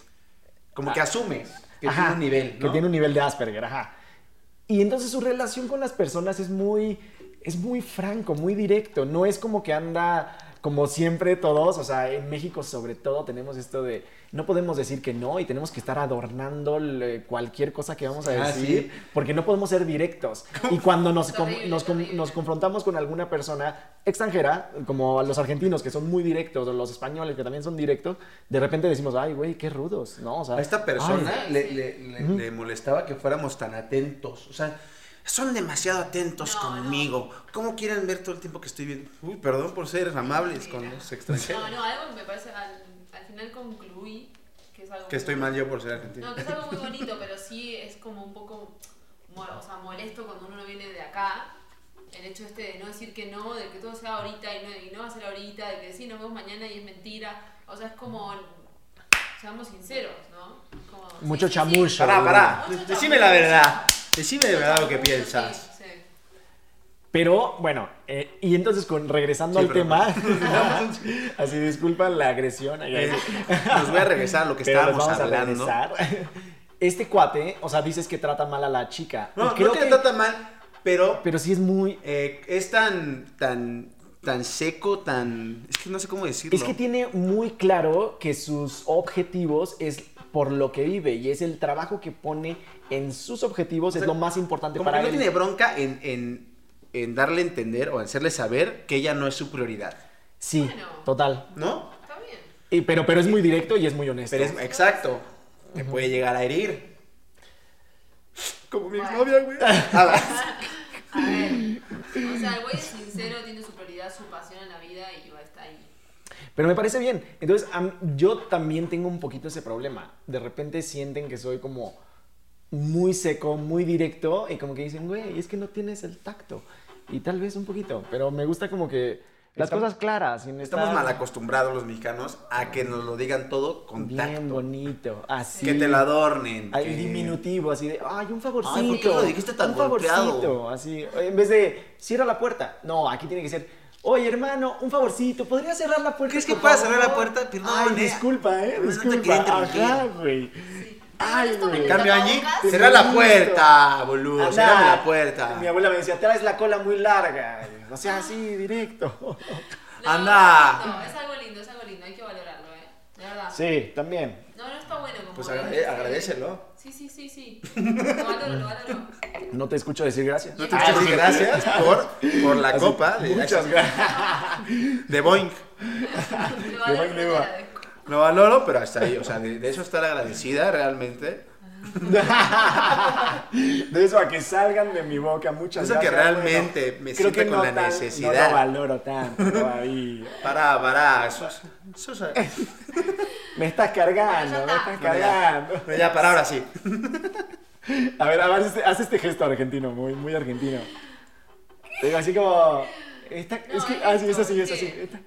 B: como que asume que
A: Ajá,
B: tiene un nivel. ¿no?
A: Que tiene un nivel de Asperger, ajá. Y entonces su relación con las personas es muy, es muy franco, muy directo. No es como que anda como siempre todos, o sea, en México sobre todo tenemos esto de no podemos decir que no y tenemos que estar adornando el- cualquier cosa que vamos a
B: Ah,
A: decir porque no podemos ser directos. Y cuando nos, com-
C: Terrible,
A: nos, com-
C: terrible.
A: nos confrontamos con alguna persona extranjera, como los argentinos que son muy directos, o los españoles que también son directos, de repente decimos, ay, güey, qué rudos, ¿no? O sea,
B: A esta
A: ay,
B: persona
C: Ay.
B: le, le- le- le molestaba que fuéramos tan atentos. O sea, son demasiado atentos
C: No,
B: conmigo. ¿Cómo quieren ver todo el tiempo que estoy viendo? Uy, perdón por ser amables con los extranjeros.
C: No, no, algo me parece. Al, al final concluí que es algo.
B: Que estoy
C: muy-
B: mal yo por ser argentino.
C: No, que es algo muy bonito, pero sí es como un poco mo- o sea, molesto cuando uno viene de acá. El hecho este de no decir que no, de que todo sea ahorita y no, y no va a ser ahorita, de que sí, nos vemos mañana y es mentira. O sea, es como. Seamos sinceros, ¿no? Como, sí,
A: Mucho
C: sí, sí.
A: chamuyo.
B: Pará, pará.
C: Mucho
B: Decime la
C: chamuyo.
B: verdad. Decime de
C: Mucho
B: verdad lo que
C: chamuyo,
B: piensas.
C: sí, sí.
A: Pero bueno, eh, y entonces con regresando
B: Sí,
A: al
B: pero-
A: tema, así disculpa la agresión. ahí,
B: Eh,
A: así.
B: Nos voy a regresar a lo que
A: Pero los
B: estábamos
A: vamos a
B: hablando.
A: regresar. Este cuate, o sea, dices que trata mal a la chica.
B: No,
A: Y
B: no
A: creo
B: que,
A: que-
B: trata mal, pero
A: Pero sí es muy.
B: eh, es tan, tan, tan seco, tan. Es que no sé cómo decirlo.
A: Es que tiene muy claro que sus objetivos es por lo que vive y es el trabajo que pone en sus objetivos
B: O sea,
A: es lo más importante
B: Como que
A: para
B: no
A: él.
B: tiene bronca en, en, en darle a entender o hacerle saber que ella no es su prioridad,
A: Sí,
C: Bueno.
A: total.
B: ¿no?
C: Está bien.
A: Y- pero, pero es muy directo y es muy honesto.
B: Pero es exacto. Te puede llegar a herir. Como mi exnovia, güey.
C: A ver. O sea, el güey es sincero, tiene su prioridad, su pasión en la vida y va a estar ahí.
A: Pero me parece bien. Entonces, am- yo también tengo un poquito ese problema. De repente sienten que soy como muy seco, muy directo y como que dicen, güey, es que no tienes el tacto. Y tal vez un poquito, pero me gusta como que las
B: Estamos-
A: cosas claras. Sin
B: Estamos
A: estar
B: mal acostumbrados los mexicanos a que nos lo digan todo con
A: Bien
B: tacto.
A: bonito, así.
B: Que te lo adornen.
A: Al
B: que-
A: diminutivo, así de, ay, un favorcito.
B: Ay, ¿por qué lo dijiste tan
A: Un
B: golpeado?
A: favorcito, así. En vez de, cierra la puerta. No, aquí tiene que ser, oye, hermano, un favorcito, ¿podría cerrar la puerta?
B: ¿Crees que
A: por
B: pueda
A: favor?"
B: cerrar la puerta? Perdón,
A: Ay,
B: eh.
A: disculpa, eh,
B: No, no te
A: disculpa.
B: quería interrumpir.
A: Ajá, güey. Ay,
C: Esto me
A: güey.
B: En cambio, allí,
C: Tapabocas.
B: cerra la puerta, boludo.
A: Andá.
B: Cerrame la puerta.
A: Mi abuela me decía, traes la cola muy larga. O sea, así, directo.
C: No,
B: Anda.
C: No, es algo lindo, es algo lindo, hay que valorarlo, ¿eh? De verdad.
A: Sí, también.
C: No, no está bueno como.
B: Pues
C: que-
B: agrade- agradecelo.
C: Sí, sí, sí, sí. Lo valoro, lo valoro.
A: No te escucho decir gracias.
B: No te escuchas decir gracias por, por la
A: Así,
B: copa de,
A: Muchas gracias.
B: de Boeing.
C: Lo valoro,
A: Iván
C: lo
A: Leiva.
C: agradezco.
B: Lo valoro, pero hasta ahí. O sea, de, de eso estar agradecida realmente.
A: De eso a que salgan de mi boca, muchas
B: Eso que
A: gracias.
B: realmente me
A: creo
B: sienta
A: que
B: con
A: no
B: la
A: tan- No
B: necesidad.
A: lo valoro tanto ahí.
B: Pará, pará. Eso, es- eso es-
A: Me estás cargando, me estás
B: Bueno, ya.
A: cargando.
B: Bueno, ya, para ahora sí.
A: A ver, a ver, haz este- haz este gesto argentino, muy, muy argentino. Digo, así como. esta-
C: No,
A: es que,
C: es
A: ah, sí, es
C: esto,
A: así, es
C: ¿qué?
A: así. Esta-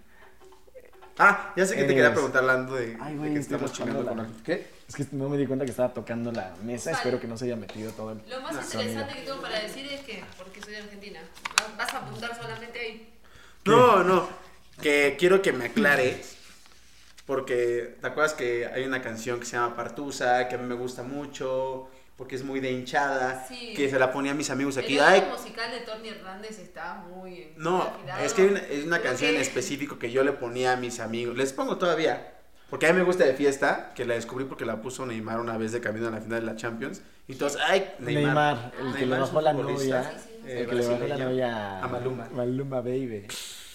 B: Ah, ya sé que te
A: Eres-
B: quería preguntar hablando de,
A: Ay,
B: de
A: güey,
B: que
A: estoy
B: estamos
A: rascando
B: chingando con
A: la-
B: alguien. ¿Qué?
A: Es que no me di cuenta que estaba tocando la mesa.
C: Vale.
A: Espero que no se haya metido todo
B: Eh,
A: el.
C: Lo más interesante que tengo para decir es que, porque soy de Argentina, va- vas a apuntar solamente ahí.
B: No, no. Que quiero que me aclares. Porque, ¿te acuerdas que hay una canción que se llama Partusa? Que a mí me gusta mucho. Porque es muy de hinchada.
C: Sí.
B: Que se la ponía a mis amigos
C: El
B: Pues aquí.
C: álbum
B: Ay,
C: musical de Tony Hernández está muy.
B: no.
C: afilado.
B: Es que hay una, es una canción en
C: Ok.
B: específico que yo le ponía a mis amigos. Les pongo todavía. Porque a mí me gusta de fiesta. Que la descubrí porque la puso Neymar una vez de camino a la final de la Champions. Y todos, ay, Neymar.
A: Neymar, el que le
B: es un
A: bajó la
B: futbolista,
A: novia.
C: Sí, sí, sí.
B: eh,
A: El que le bajó la
B: brasileño,
A: novia
B: A Maluma.
A: Maluma Baby.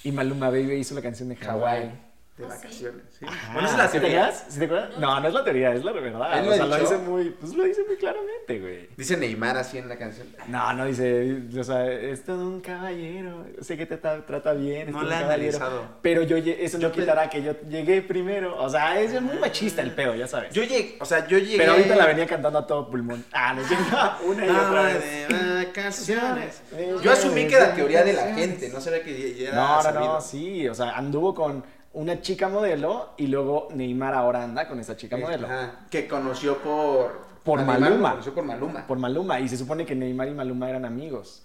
A: Y Maluma Baby hizo la canción de Hawái.
B: Hawái. De
C: Ah, sí.
B: vacaciones. ¿sí?
A: Ajá.
B: Bueno, esa es la
A: Ah, ¿Sí te
B: teoría.
A: acuerdas? ¿Sí te acuerdas? No, no es la teoría, es la verdad.
B: ¿Él
A: o
B: lo ha
A: sea, lo
B: dicho?
A: dice muy, pues lo dice muy claramente, güey.
B: Dice Neymar así en la canción.
A: No, no dice, o sea, es todo un caballero, sé que te tra- trata bien, es
B: No
A: todo un
B: la he
A: caballero,
B: analizado.
A: pero yo lle- eso
B: Yo
A: no
B: pe-
A: quitará que yo llegué primero, o sea, es muy machista el pedo, ya sabes.
B: Yo llegué, o sea, yo llegué.
A: pero ahorita la venía cantando a todo pulmón. Ah, no es cierto, una y otra
B: Ah,
A: vez.
B: de vacaciones.
A: De
B: Yo asumí que era
A: vacaciones.
B: teoría de la gente, no sabía que ya era
A: No, no, no,
B: sabido.
A: sí, o sea, anduvo con una chica modelo y luego Neymar ahora anda con esa
B: Este,
A: chica modelo.
B: Ajá, ah, que conoció por.
A: Por
B: a Neymar
A: Maluma.
B: lo Conoció por Maluma.
A: Por Maluma, y se supone que Neymar y Maluma eran amigos.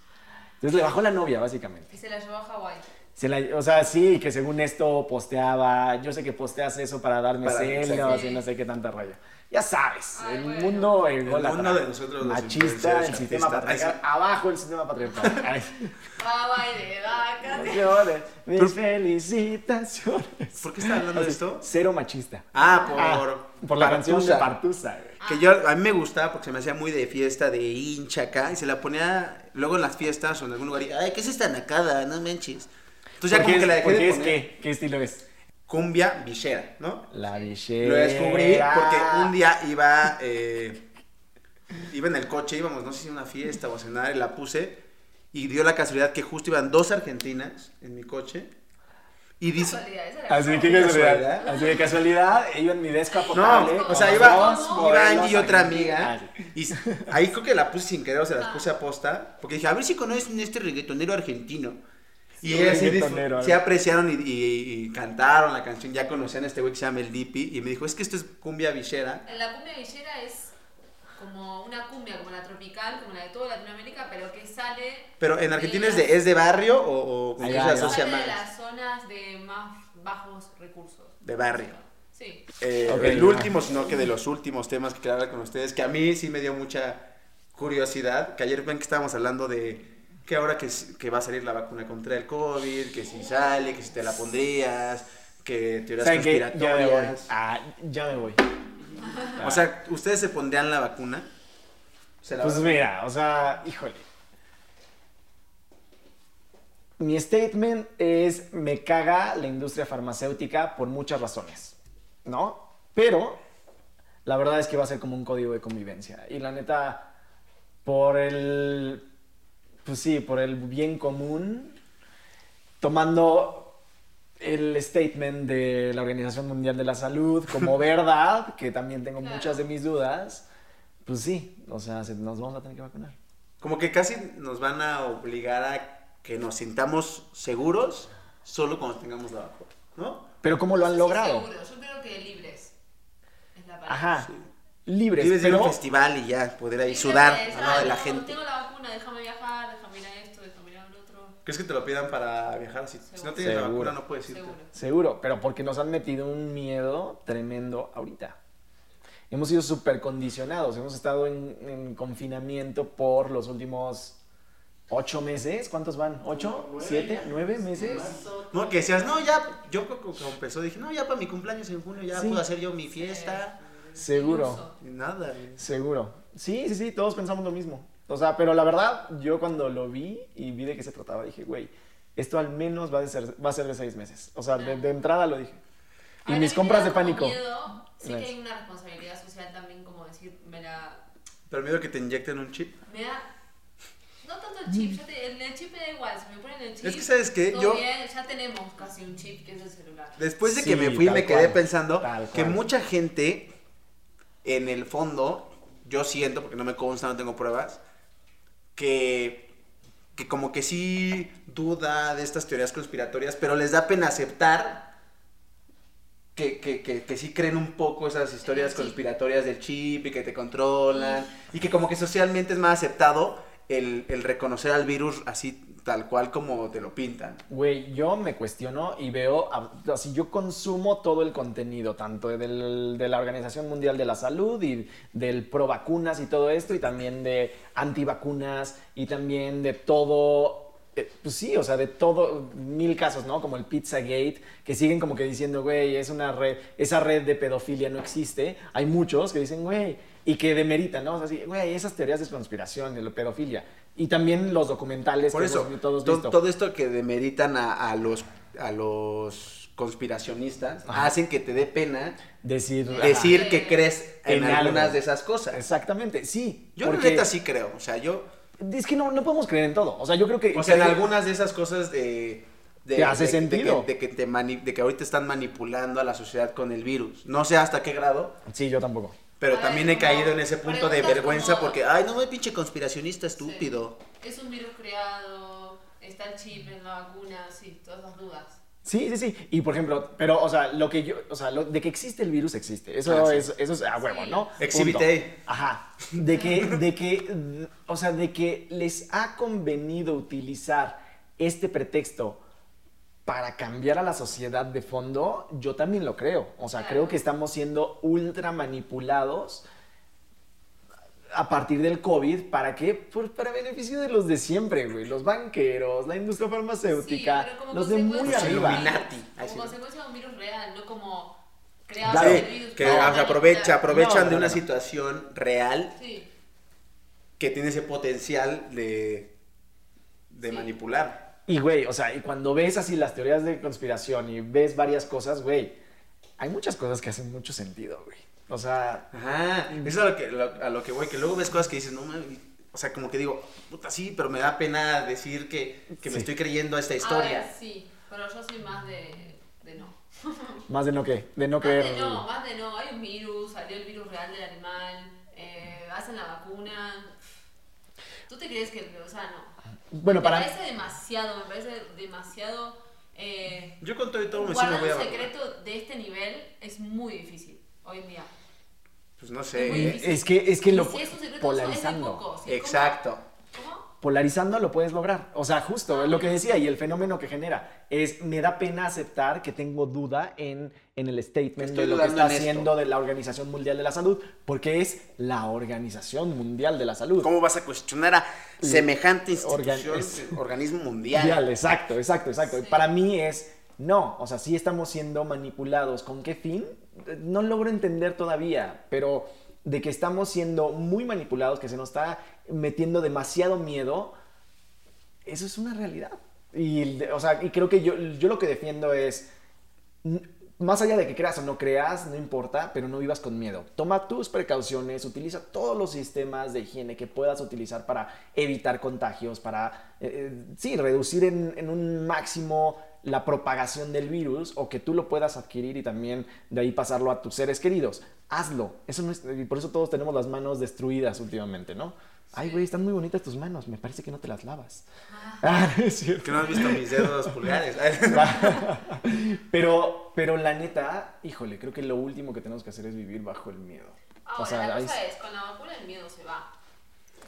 A: Entonces le bajó la novia, básicamente.
C: Y se la llevó a Hawái.
A: Se la- o sea, sí, que según esto posteaba, yo sé que posteas eso para darme
B: Para-
A: celos
B: exacto.
A: y no sé qué tanta raya. Ya sabes,
C: Ay,
A: el
C: bueno.
A: mundo el
B: mundo de nosotros los
A: machista,
B: influencers,
A: el sistema patriarcal,
B: artistas.
A: abajo el sistema patriarcal. Ay,
C: Hawái de vacaciones.
A: señores, mis felicitaciones.
B: ¿Por qué está hablando de esto?
A: Cero machista.
B: Ah, por.
A: Ah, por la canción de
B: Partusa.
A: Partusa. güey.
B: Que yo, a mí me gustaba porque se me hacía muy de fiesta, de hincha acá, y se la ponía luego en las fiestas o en algún lugar. Y, Ay, ¿qué es esta nacada? No manches. Entonces ya
A: Porque
B: como
A: es,
B: que la dejé
A: porque
B: de
A: es
B: poner.
A: que, ¿qué estilo es?
B: Cumbia villera, ¿no?
A: La bichera.
B: Lo descubrí porque un día iba, eh, iba en el coche, íbamos, no sé si a una fiesta o a cenar, y la puse. Y dio la casualidad que justo iban dos argentinas en mi coche. Y dice.
C: Casualidad, esa era
A: Así de
C: Hawái.
A: que casualidad.
B: Casualidad.
A: Así de casualidad, iba en mi descapotable.
B: No, o
A: con
B: sea,
A: los
B: iba,
A: dos
B: iba
A: modelos Ah,
B: Angie y otra
A: argentinas.
B: amiga. Y s- ahí creo que la puse sin querer o se las puse a posta. Porque dije, a ver si conocen este reggaetonero argentino. Y
A: Hubiera
B: ellos sí,
A: sido
B: disfr-
A: tonero, algo.
B: sí apreciaron y, y- y cantaron la canción. Ya conocían a este güey que se llama el Dipi. Y me dijo, es que esto es cumbia villera.
C: La cumbia villera es como una cumbia, como la tropical, como la de toda Latinoamérica, pero que sale
B: Pero en Argentina es de, es de barrio o, o con
A: Ahí
B: qué
A: va,
B: se
A: ahí va.
B: asocia
C: Sale de
B: más.
C: las zonas de más bajos recursos.
B: De barrio.
C: Sí.
B: Eh,
A: Ok,
B: el
A: va.
B: último, sino que de los últimos temas que quería hablar con ustedes, que a mí sí me dio mucha curiosidad. Que ayer ven que estábamos hablando de que ahora que, s- que va a salir la vacuna contra el COVID, que si sale, que si te la pondrías, que teorías
A: ¿Saben qué? Ya me voy.
B: conspiratorias.
A: Ah, ya me voy.
B: O sea, ¿ustedes se pondrían la vacuna? Se la
A: Pues
B: va-
A: mira, o sea, híjole. Mi statement es, me caga la industria farmacéutica por muchas razones, ¿no? Pero la verdad es que va a ser como un código de convivencia. Y la neta, por el, pues sí, por el bien común, tomando el statement de la Organización Mundial de la Salud como verdad, que también tengo
C: Claro.
A: muchas de mis dudas, pues sí, o sea, se- nos vamos a tener que vacunar.
B: Como que casi nos van a obligar a que nos sintamos seguros solo cuando tengamos la vacuna, ¿no?
A: Pero ¿cómo lo han logrado?
C: Seguro, yo creo que libres. Es la palabra.
A: Ajá,
B: Sí.
A: libres,
B: Debes de ir a un
A: pero...
B: festival y ya, poder ahí
C: Libres
B: sudar
C: de,
B: al lado de
C: "Ay,
B: la
C: no,
B: gente.
C: ah, Tengo la vacuna, déjame viajar, déjame ir a esto, déjame ir a lo otro.
B: ¿Crees que te lo pidan para viajar? Si, si no tienes la
A: Seguro.
B: vacuna, no puedes irte.
C: Seguro.
A: Seguro, pero porque nos han metido un miedo tremendo ahorita. Hemos sido súper condicionados, hemos estado en, en confinamiento por los últimos ocho meses. ¿Cuántos van? ¿Ocho?
E: Nueve.
A: ¿Siete? ¿Nueve meses?
B: No, que decías, no, ya, yo cu- cu- cuando empezó dije, no, ya para mi cumpleaños en junio ya
A: Sí.
B: puedo hacer yo mi fiesta.
C: Eh,
A: Seguro,
B: Y nada. güey.
A: seguro. Sí, sí, sí, todos pensamos lo mismo. O sea, pero la verdad, yo cuando lo vi y vi de qué se trataba, dije, güey, esto al menos va a ser, va a ser de seis meses. O sea, de, de entrada lo dije. Y
C: Ahora,
A: mis
C: a mí me
A: compras
C: da
A: de
C: como
A: pánico.
C: miedo, Sé que
A: Nice.
C: hay una responsabilidad social también, como decir, me la.
B: Pero miedo que te inyecten un chip.
C: Me da. No tanto el chip, ya te- el, el chip me da igual, si me ponen el chip.
B: Es que, ¿sabes qué?
C: todo
B: Yo-
C: bien, ya tenemos casi un chip que es el celular.
B: Después de
A: Sí,
B: que me fui,
A: tal
B: me quedé
A: cual,
B: pensando
A: tal
B: que
A: cual.
B: mucha gente, en el fondo, yo siento, porque no me consta, no tengo pruebas, que, que como que sí duda de estas teorías conspiratorias, pero les da pena aceptar que, que, que, que sí creen un poco esas historias
C: Sí.
B: conspiratorias del chip y que te controlan, y que como que socialmente es más aceptado el, el reconocer al virus así tal cual como te lo pintan.
A: Güey, yo me cuestiono y veo, a- así yo consumo todo el contenido, tanto del- de la Organización Mundial de la Salud y del pro vacunas y todo esto, y también de antivacunas y también de todo, eh, pues sí, o sea, de todo, mil casos, ¿no? Como el Pizzagate, que siguen como que diciendo, güey, es una red, esa red de pedofilia no existe. Hay muchos que dicen, güey, y que demeritan, ¿no? O sea, así, güey, esas teorías de conspiración, de la pedofilia. Y también los documentales
B: Por
A: que
B: eso,
A: hemos todos
B: to-
A: visto.
B: todo esto que demeritan a, a los, a los conspiracionistas
A: Ajá.
B: hacen que te dé pena
A: Decir. ajá.
B: decir que crees
A: En
B: en,
A: algo.
B: algunas de esas cosas.
A: Exactamente, sí.
B: Yo
A: porque
B: la neta sí creo, o sea, yo,
A: Es que no, no podemos creer en todo. O sea, yo creo que.
B: o sea, en
A: que-
B: algunas de esas cosas de... de-
A: Te hace
B: de- de
A: sentido.
B: que- De que, te mani- de que ahorita están manipulando a la sociedad con el virus. No sé hasta qué grado,
A: Sí, yo tampoco.
B: pero
C: A ver,
B: también he
C: como
B: caído en ese punto de
C: preguntas
B: vergüenza
C: como-
B: porque, ay, no, me pinche conspiracionista estúpido.
C: Sí. Es un virus creado, está el chip en la vacuna, sí, todas esas dudas.
A: Sí, sí, sí. Y por ejemplo, pero, o sea, lo que yo. O sea, lo- de que existe el virus, existe. Eso,
B: Ah, sí.
A: es, eso es a huevo,
C: Sí.
A: ¿no?
B: Exhibite.
A: Punto. Ajá. De que, de que. O sea, de que les ha convenido utilizar este pretexto para cambiar a la sociedad de fondo, yo también lo creo. O sea,
C: Claro.
A: creo que estamos siendo ultra manipulados a partir del COVID, ¿para qué? Por, para beneficio de los de siempre, güey. Los banqueros, la industria farmacéutica,
C: Sí, pero como
A: los de muy
C: consecuencia-
A: arriba.
B: Illuminati. Ahí sí.
C: Como consecuencia de un virus real, no como creado
A: Claro.
C: por
B: Sí,
C: el virus.
B: que
C: no,
B: o sea,
C: no,
B: aprovecha,
C: claro.
B: aprovechan
A: No,
B: de
A: no,
B: una
A: no.
B: situación real
C: Sí,
B: que tiene ese potencial de, de
C: Sí.
B: manipular.
A: Y, güey, o sea, y cuando ves así las teorías de conspiración y ves varias cosas, güey, hay muchas cosas que hacen mucho sentido, güey. O sea,
B: Ajá, eso es a lo que, lo- a lo que voy, que luego ves cosas que dices, no mames, o sea, como que digo, puta, sí, pero me da pena decir que, que me
A: Sí.
B: estoy creyendo esta
C: A ver,
B: historia.
C: sí, pero yo soy más de, de no.
A: más de no que, de no
C: más
A: creer.
C: de no, más de no. Hay un virus, salió el virus real del animal, eh, hacen la vacuna. ¿Tú te crees que, o sea, no?
A: Bueno,
C: me
A: para...
C: parece demasiado, me parece demasiado... Eh,
B: Yo con todo y todo me sí me
C: guardar
B: voy a
C: un
B: vacunar.
C: secreto de este nivel es muy difícil hoy en día.
B: Pues no
C: Es muy
B: sé.
C: difícil.
A: Eh, Es que, es que
C: Y
A: lo...
C: si es un secreto,
A: polarizando.
C: Es de pocos, ¿sí?
B: Exacto.
C: ¿Cómo? ¿Cómo?
A: polarizando lo puedes lograr. O sea, justo lo que decía y el fenómeno que genera es me da pena aceptar que tengo duda en, en el statement
B: Estoy
A: de lo que
B: dudando
A: está
B: en esto.
A: haciendo de la Organización Mundial de la Salud, porque es la Organización Mundial de la Salud.
B: ¿Cómo vas a cuestionar a semejante
A: Organ-
B: institución,
A: es-
B: organismo mundial?
A: Mundial, exacto, exacto, exacto.
C: Sí.
A: Para mí es no, o sea, sí estamos siendo manipulados. ¿Con qué fin? Eh, No logro entender todavía, pero de que estamos siendo muy manipulados, que se nos está metiendo demasiado miedo, eso es una realidad. Y, el de- o sea, y creo que yo, yo lo que defiendo es, n- más allá de que creas o no creas, no importa, pero no vivas con miedo. Toma tus precauciones, utiliza todos los sistemas de higiene que puedas utilizar para evitar contagios, para, eh, eh, sí, reducir en, en un máximo la propagación del virus o que tú lo puedas adquirir y también de ahí pasarlo a tus seres queridos. Hazlo. Eso no es- y por eso todos tenemos las manos destruidas últimamente, ¿no? Ay, güey, están muy bonitas tus manos. Me parece que no te las lavas. Ah, no es cierto.
B: Que no has visto mis dedos pulgares.
A: Pero, pero la neta, híjole, creo que lo último que tenemos que hacer es vivir bajo el miedo.
C: Ahora, la
A: ahí
C: cosa
A: s-
C: es, con la vacuna el miedo se va.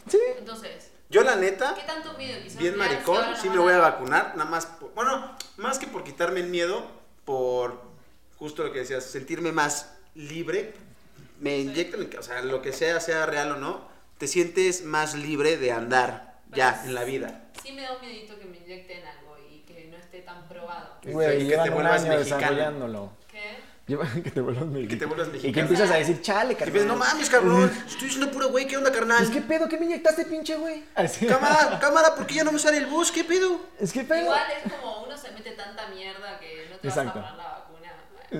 A: Sí.
C: Entonces,
B: Yo la neta,
C: ¿qué tanto miedo quizás?
B: bien maricón, sí me voy a vacunar, nada más, por- bueno, más que por quitarme el miedo, por justo lo que decías, sentirme más libre, me inyectan, o sea, lo que sea, sea real o no, te sientes más libre de andar ya
C: Pues,
B: en la vida.
C: Sí me da un miedito que me inyecten algo y que no esté tan probado.
B: Que-
A: Güey,
B: que te
A: llevan un
B: vuelvas
A: año
B: mexicano.
A: desarrollándolo.
C: ¿Qué?
A: Llevan- que te vuelvas mexicano.
B: te vuelvas
A: Y que
B: mexicano.
A: empiezas a decir, chale,
B: Y
A: carnal.
B: ves, no mames, cabrón, estoy diciendo puro güey, ¿qué onda, carnal?
A: Pues, ¿Qué pedo? ¿Qué me inyectaste, pinche güey? Así.
B: Cámara, cámara, ¿por qué ya no me sale el bus? ¿Qué pedo?
A: Es que pedo.
C: Igual es como uno se mete tanta mierda que no te
A: Exacto.
C: vas a parar la vacuna.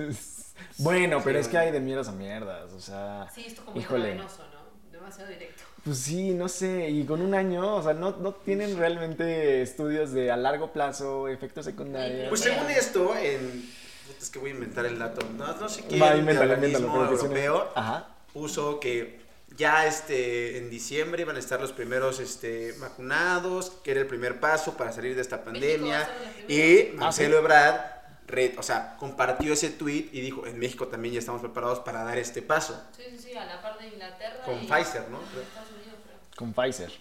A: Es- Bueno, pero es
B: bueno.
A: que hay de mierdas a mierdas, o sea.
C: Sí, esto es como
A: Híjole.
C: intravenoso, ¿no? Demasiado directo.
A: Pues sí, no sé, y con un año, o sea, no, no tienen realmente estudios de a largo plazo, efectos secundarios.
B: Pues según esto, en... puta, Es que voy a inventar el dato. No, no sé quién
A: Va,
B: de
A: invéntalo, invéntalo,
B: organismo
A: pero que suene-
B: europeo
A: Ajá.
B: puso que ya este, en diciembre iban a estar los primeros este, vacunados, que era el primer paso para salir de esta pandemia.
C: México va a ser los
B: Y
A: Ah,
B: Marcelo
A: sí.
B: Ebrard re- o sea, compartió ese tweet y dijo, en México también ya estamos preparados para dar este paso.
C: Sí, sí, sí, a la par de Inglaterra.
B: Con
C: y-
B: Pfizer, ¿no?
C: y Estados Unidos, creo.
A: Con Pfizer.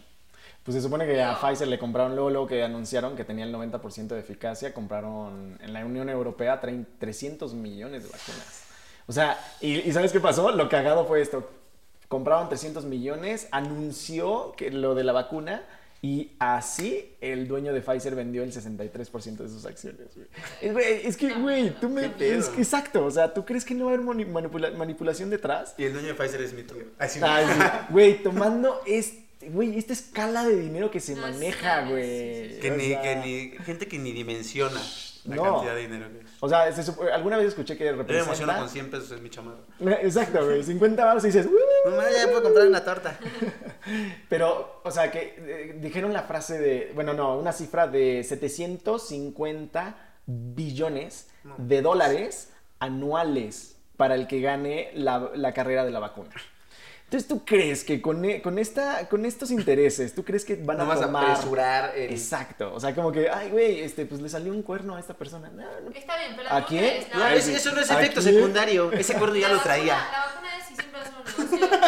A: Pues se supone que a
C: No.
A: Pfizer le compraron luego, luego que anunciaron que tenía el 90% de eficacia, compraron en la Unión Europea trein- 300 millones de vacunas. O sea, ¿y, y sabes qué pasó? Lo cagado fue esto. Compraron 300 millones, anunció que lo de la vacuna y así el dueño de Pfizer vendió el 63% de sus acciones. güey. Eh, güey, Es que, güey, tú me...
B: Qué pedo.
A: Es que exacto, o sea, ¿tú crees que no va a haber moni- manipula- manipulación detrás?
B: Y el dueño de Pfizer es mi tío. Ay, sí.
A: Ay, sí. Güey, tomando este, güey, esta escala de dinero que se
C: No, sí,
A: maneja,
C: sí,
A: güey.
C: sí, sí.
B: que,
A: O
B: ni,
A: sea,
B: que ni- gente que ni dimensiona la
A: No. Pues
B: cantidad de dinero que es.
A: O sea, se supo- alguna vez escuché que
B: Yo me emociono
A: representa...
B: con 100 pesos en mi chamarra.
A: Exacto, güey, 50 baros y dices... "Uy".
B: Mamá, ya puedo comprar una torta.
A: Pero, o sea, que eh, dijeron la frase de... Bueno, no, una cifra de 750 billones
B: No.
A: de dólares anuales para el que gane la, la carrera de la vacuna. Entonces, ¿tú crees que con, e- con, esta, con estos intereses, tú crees que van
B: No
A: a
B: vas a
A: tomar...
B: apresurar el...
A: Exacto, o sea, como que, ay, güey, este, pues le salió un cuerno a esta persona. No, no.
C: Está bien, pero la
A: ¿A
C: vacuna
A: quién?
C: es la
B: No,
A: Ay,
B: es-
A: sí.
B: eso no es
A: ¿A
B: efecto
A: quién?
B: secundario. Ese cuerno ya
C: La
B: lo
C: vacuna-
B: traía.
C: La vacuna es y siempre es un negocio.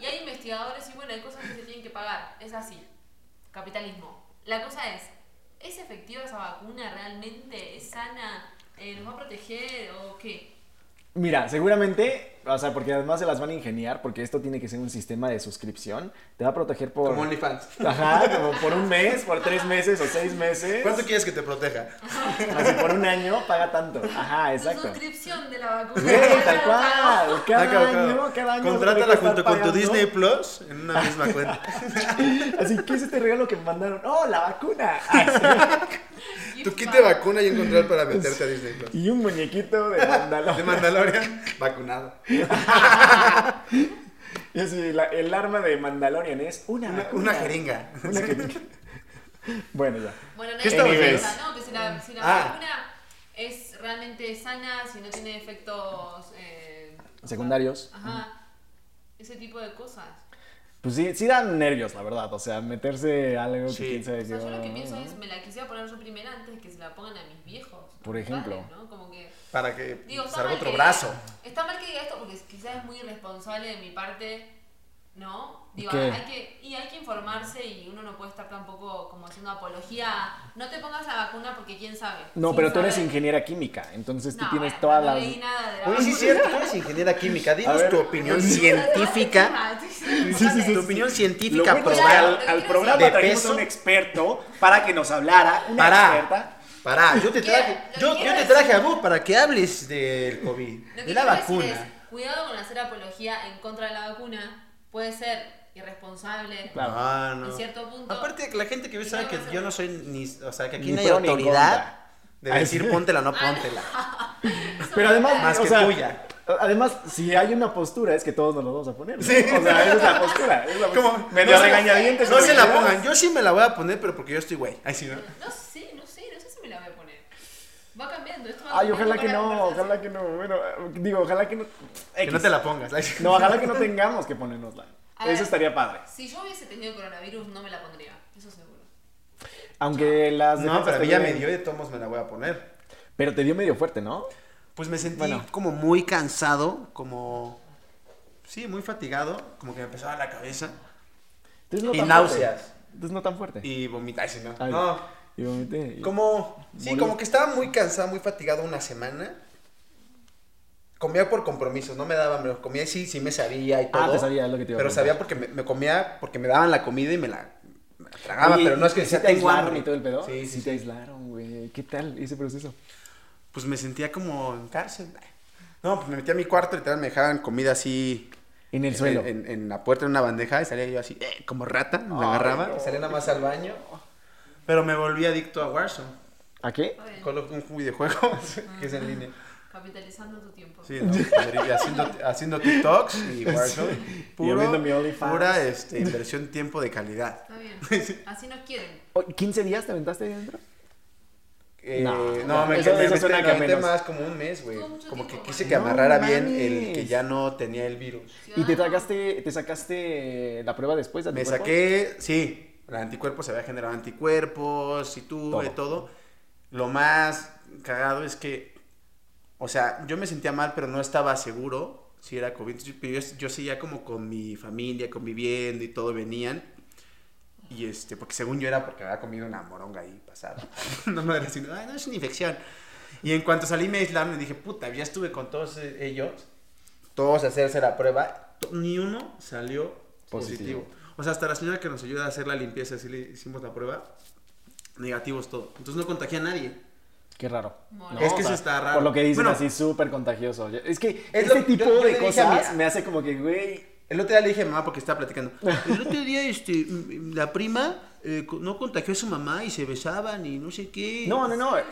C: Y, y hay investigadores y bueno, hay cosas que se tienen que pagar. Es así. Capitalismo. La cosa es, ¿es efectiva esa vacuna realmente? ¿Es sana? Eh, ¿Nos va a proteger o qué?
A: Mira, seguramente, o sea, porque además se las van a ingeniar, porque esto tiene que ser un sistema de suscripción. Te va a proteger por.
B: Como OnlyFans.
A: Ajá, como por un mes, por tres meses o seis meses.
B: ¿Cuánto quieres que te proteja?
A: Así por un año paga tanto. Ajá,
C: Tu
A: exacto.
C: suscripción de la vacuna.
A: Güey, tal cual.
B: Ah,
A: Cada
B: cabrón, cabrón.
A: año, cada año.
B: Contrátala
A: vas a tener que
B: junto con
A: estar
B: tu Disney
A: pagando.
B: Plus en una misma cuenta.
A: Así que es este regalo que me mandaron. ¡Oh, la vacuna! Ah,
C: Gift
B: tu kit
C: card.
B: de vacuna y un control para meterte a Disney Plus.
A: Y un muñequito de
B: De
A: Mandalorian.
B: Mandalorian, vacunado.
A: Y así, la- el arma de Mandalorian es una.
B: Una,
A: vacuna.
B: una jeringa.
A: Una que- bueno, ya.
C: Bueno,
B: ¿Qué
C: nadie
B: estabas
C: pregunta, ¿no? Que si la, si la
B: Ah.
C: vacuna es realmente sana, si no tiene efectos... eh,
A: Secundarios.
C: Ajá. Ese tipo de cosas.
A: Pues sí, sí dan nervios, la verdad. O sea, meterse algo
B: Sí.
A: que quién sabe
C: O sea,
A: qué
C: yo lo que
A: va-
C: pienso es, me la quisiera poner yo primera antes de que se la pongan a mis viejos.
A: Por
C: mis
A: ejemplo.
C: padres, ¿no? Como que,
B: Para que
C: digo, está
B: salga
C: mal
B: otro
C: que-
B: brazo.
C: Está mal que diga esto porque quizás es muy irresponsable de mi parte, ¿no? Digo,
A: ¿Qué?
C: hay que, y hay que informarse y uno no puede estar tampoco como haciendo apología. No te pongas la vacuna porque quién sabe.
A: No,
C: Sin
A: pero tú eres
C: saber.
A: ingeniera química, entonces tú
C: No, eh,
A: tienes
C: bueno,
A: todas
C: no
A: las...
C: leí nada de la
B: Oye, sí, es
C: vacuna.
B: cierto, tú eres ingeniera química. Dinos
A: ver.
B: tu opinión
A: Sí,
B: científica.
C: Ah, Sí,
A: sí, sí, sí.
B: Tu opinión
A: Lo
B: científica
A: bueno es que
B: probada.
C: probado.
A: al,
C: Lo
A: al
C: que
A: programa
B: quiero
A: trajimos
B: decir-
A: a un experto para que nos hablara, una
B: Pará.
A: experta.
B: Pará, yo te
C: Lo que
B: traje,
C: quiero-
B: yo,
C: lo que
B: yo te
C: quiero
B: traje a
C: decir-
B: vos para que hables del COVID,
C: Lo que
B: de la
C: quiero decir
B: vacuna.
C: es, cuidado con hacer apología en contra de la vacuna. Puede ser irresponsable
A: Claro.
B: Ah,
C: en cierto punto.
B: Aparte, la gente que ve
C: Y
B: sabe
C: no
B: que
C: vas a-
B: yo no soy ni. O sea, que aquí
A: Ni
B: no hay
A: pro ni
B: autoridad
A: contra.
B: de
A: Ay,
B: decir
A: sí.
B: póntela o no
C: Ah,
B: póntela.
C: Eso
A: Pero
C: me
A: además,
C: encanta.
B: Más
A: o
B: que
A: sea,
B: tuya.
A: Además, si hay una postura, es que todos nos lo vamos a poner. ¿no? O sea, esa es la postura. es la
B: Como,
A: postura. medio
B: no se-
A: regañadientes.
B: No
A: pero
B: se la
A: ya.
B: pongan, yo sí me la voy a poner, pero porque yo estoy güey. Ay, sí, ¿no?
C: No sé, no sé, no sé si me la voy a poner. Va cambiando. Esto va
A: Ay, ojalá que
C: cambiando con la
A: no,
C: conversación.
A: ojalá que no. Bueno, digo, ojalá que no.
B: Que no
A: X.
B: te la pongas. Ay, sí.
A: No, ojalá que no tengamos que ponernosla.
C: A ver.
A: Eso estaría padre.
C: Si yo hubiese tenido coronavirus, no me la pondría. Eso seguro.
A: Aunque las.
B: No,
A: defensas
B: pero a
A: te
B: mí ya me
A: ayuden.
B: dio y de tomos me la voy a poner.
A: Pero te dio medio fuerte, ¿no?
B: Pues me sentí
A: Bueno.
B: como muy cansado, como. Sí, muy fatigado, como que me pesaba la cabeza.
A: Entonces, no
B: Y
A: tan fuerte.
B: náuseas.
A: Entonces no tan fuerte.
B: Y vomité. Ay, sí, no.
A: Ay,
B: No,
A: Y vomité. y-
B: Como, sí,
A: Morir.
B: como que estaba muy cansado, muy fatigado una semana. Comía por compromisos, no me daba, me lo comía y sí, sí me sabía y todo.
A: Ah, te sabía, es lo que te iba a
B: Pero
A: preguntar.
B: sabía porque me, me comía, porque me daban la comida y me la, me la tragaba,
A: Oye,
B: pero no es que
A: ¿y
B: decía,
A: te
B: tengo
A: aislaron
B: hambre.
A: y todo el pedo?
B: Sí, sí,
A: te
B: sí.
A: aislaron, güey. ¿Qué tal ese proceso?
B: Pues me sentía como en cárcel. No, pues me metí a mi cuarto, literal, me dejaban comida así.
A: En el
B: en-
A: suelo.
B: En, en la puerta, en una bandeja, y salía yo así, eh, como rata, me
A: Ay,
B: agarraba.
A: no.
B: Salía nada más al baño. Pero me volví adicto a Warzone,
A: ¿A qué?
C: Está bien.
B: Call of- un videojuego que es en línea.
C: Capitalizando tu tiempo.
B: Sí, no, madre, haciendo, haciendo TikToks y Warzone. Puro-
A: abriendo mi OnlyFans.
B: pura este, inversión tiempo de calidad.
C: Está bien. Así nos quieren.
A: Oh, ¿15 días te aventaste ahí adentro?
B: Eh,
A: No,
B: no,
A: no,
B: me,
A: eso-
B: me
A: eso
B: metí-
A: suena
B: me
A: que
B: metí
A: menos.
B: más como un mes, güey.
C: Todo mucho
B: Como que
C: tiempo,
B: quise
C: güey.
B: que
A: No
B: amarrara bien
A: mames.
B: el que ya no tenía el virus.
A: ¿Y te
C: Ciudadano.
A: sacaste, te sacaste la prueba después? de tu
B: Me
A: cuerpo?
B: saqué, sí, el anticuerpo, se había generado anticuerpos y tuve todo. Lo más cagado es que, o sea, yo me sentía mal, pero no estaba seguro si era COVID. Yo, yo seguía como con mi familia, conviviendo y todo, venían. Y este, porque según yo era porque había comido una moronga ahí pasada. no me así, "Ay, no es una infección. Y en cuanto salí me aislaron y dije, puta, ya estuve con todos eh, ellos. Todos a hacerse la prueba. to- Ni uno salió positivo.
A: Positivo.
B: O sea, hasta la señora que nos ayuda a hacer la limpieza, así le hicimos la prueba. Negativos todo. Entonces no contagié a nadie.
A: Qué raro.
C: Bueno.
B: Es que sí está raro.
A: Por lo que dicen
B: Bueno.
A: así, súper contagioso. Es que
B: Es
A: este
B: lo-
A: tipo
B: yo- yo le
A: de
B: dije a mi-
A: cosas me hace como que, güey.
B: El otro día le dije a mi mamá porque estaba platicando. El otro día, este, la prima eh, co- no contagió a su mamá y se besaban y no sé qué.
A: No, no, no. eh,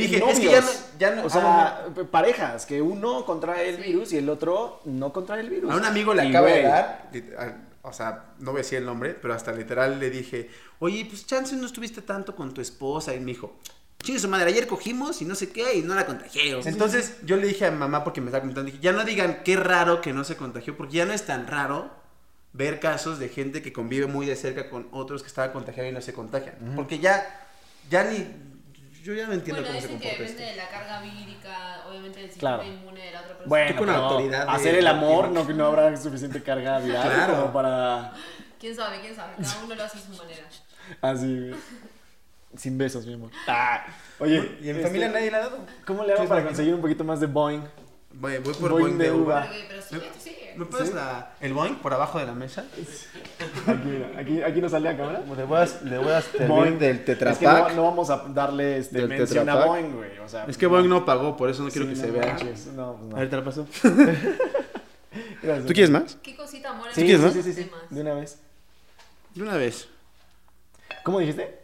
B: dije,
A: novios.
B: es que ya no- ya no- ah,
A: O sea, parejas, que uno contrae el virus y el otro no contrae el virus.
B: A un amigo le
A: Y,
B: acaba de
A: güey,
B: dar, lit- a- o sea, no voy a decir el nombre, pero hasta literal le dije, oye, pues chance no estuviste tanto con tu esposa. Y me dijo, chingue su madre, ayer cogimos y no sé qué, y no la contagié. o sea. Entonces yo le dije a mi mamá, porque me estaba comentando, dije, ya no digan qué raro que no se contagió, porque ya no es tan raro ver casos de gente que convive muy de cerca con otros que estaba contagiado y no se contagian. Porque ya, ya ni, yo ya no entiendo
C: Bueno,
B: cómo se
C: dicen que
B: comporta
C: depende
B: esto.
C: de la carga vírica, obviamente del sistema
A: Claro.
C: inmune de la otra persona.
A: Bueno,
B: Tú con
A: pero
B: autoridad de-
A: hacer el amor no, no habrá suficiente carga viral
B: Claro.
A: como para
C: ¿Quién sabe? ¿Quién sabe? Cada uno lo hace a su manera.
A: así güey. sin besos, mi amor. Ah, Oye,
B: Y en
A: este,
B: mi familia nadie le ha dado.
A: ¿Cómo le hago para conseguir un poquito más de Boeing?
B: Voy, voy por
A: Boing
B: Boing
A: de
B: de
A: uva.
B: uva.
C: Porque- pero sí, esto sigue.
B: ¿Me pones la- el boing por abajo de la mesa?
A: Aquí, mira, aquí, aquí no sale la cámara.
D: Le voy a, le voy a servir
A: Boing.
D: del
A: Es que no,
D: tetrapack.
A: no vamos a darle este,
D: Del
A: mención a
D: Tetra Pak.
A: Boeing, güey. O sea, pues,
B: Boing no pagó, por eso no
A: sí, no manches, no, pues no.
D: la paso.
A: Gracias.
D: ¿Tú quieres más?
C: ¿Qué cosita mora?
A: Sí,
D: quieres,
A: sí,
D: no?
A: sí, sí, sí. De una vez.
B: De una vez.
A: ¿Cómo dijiste?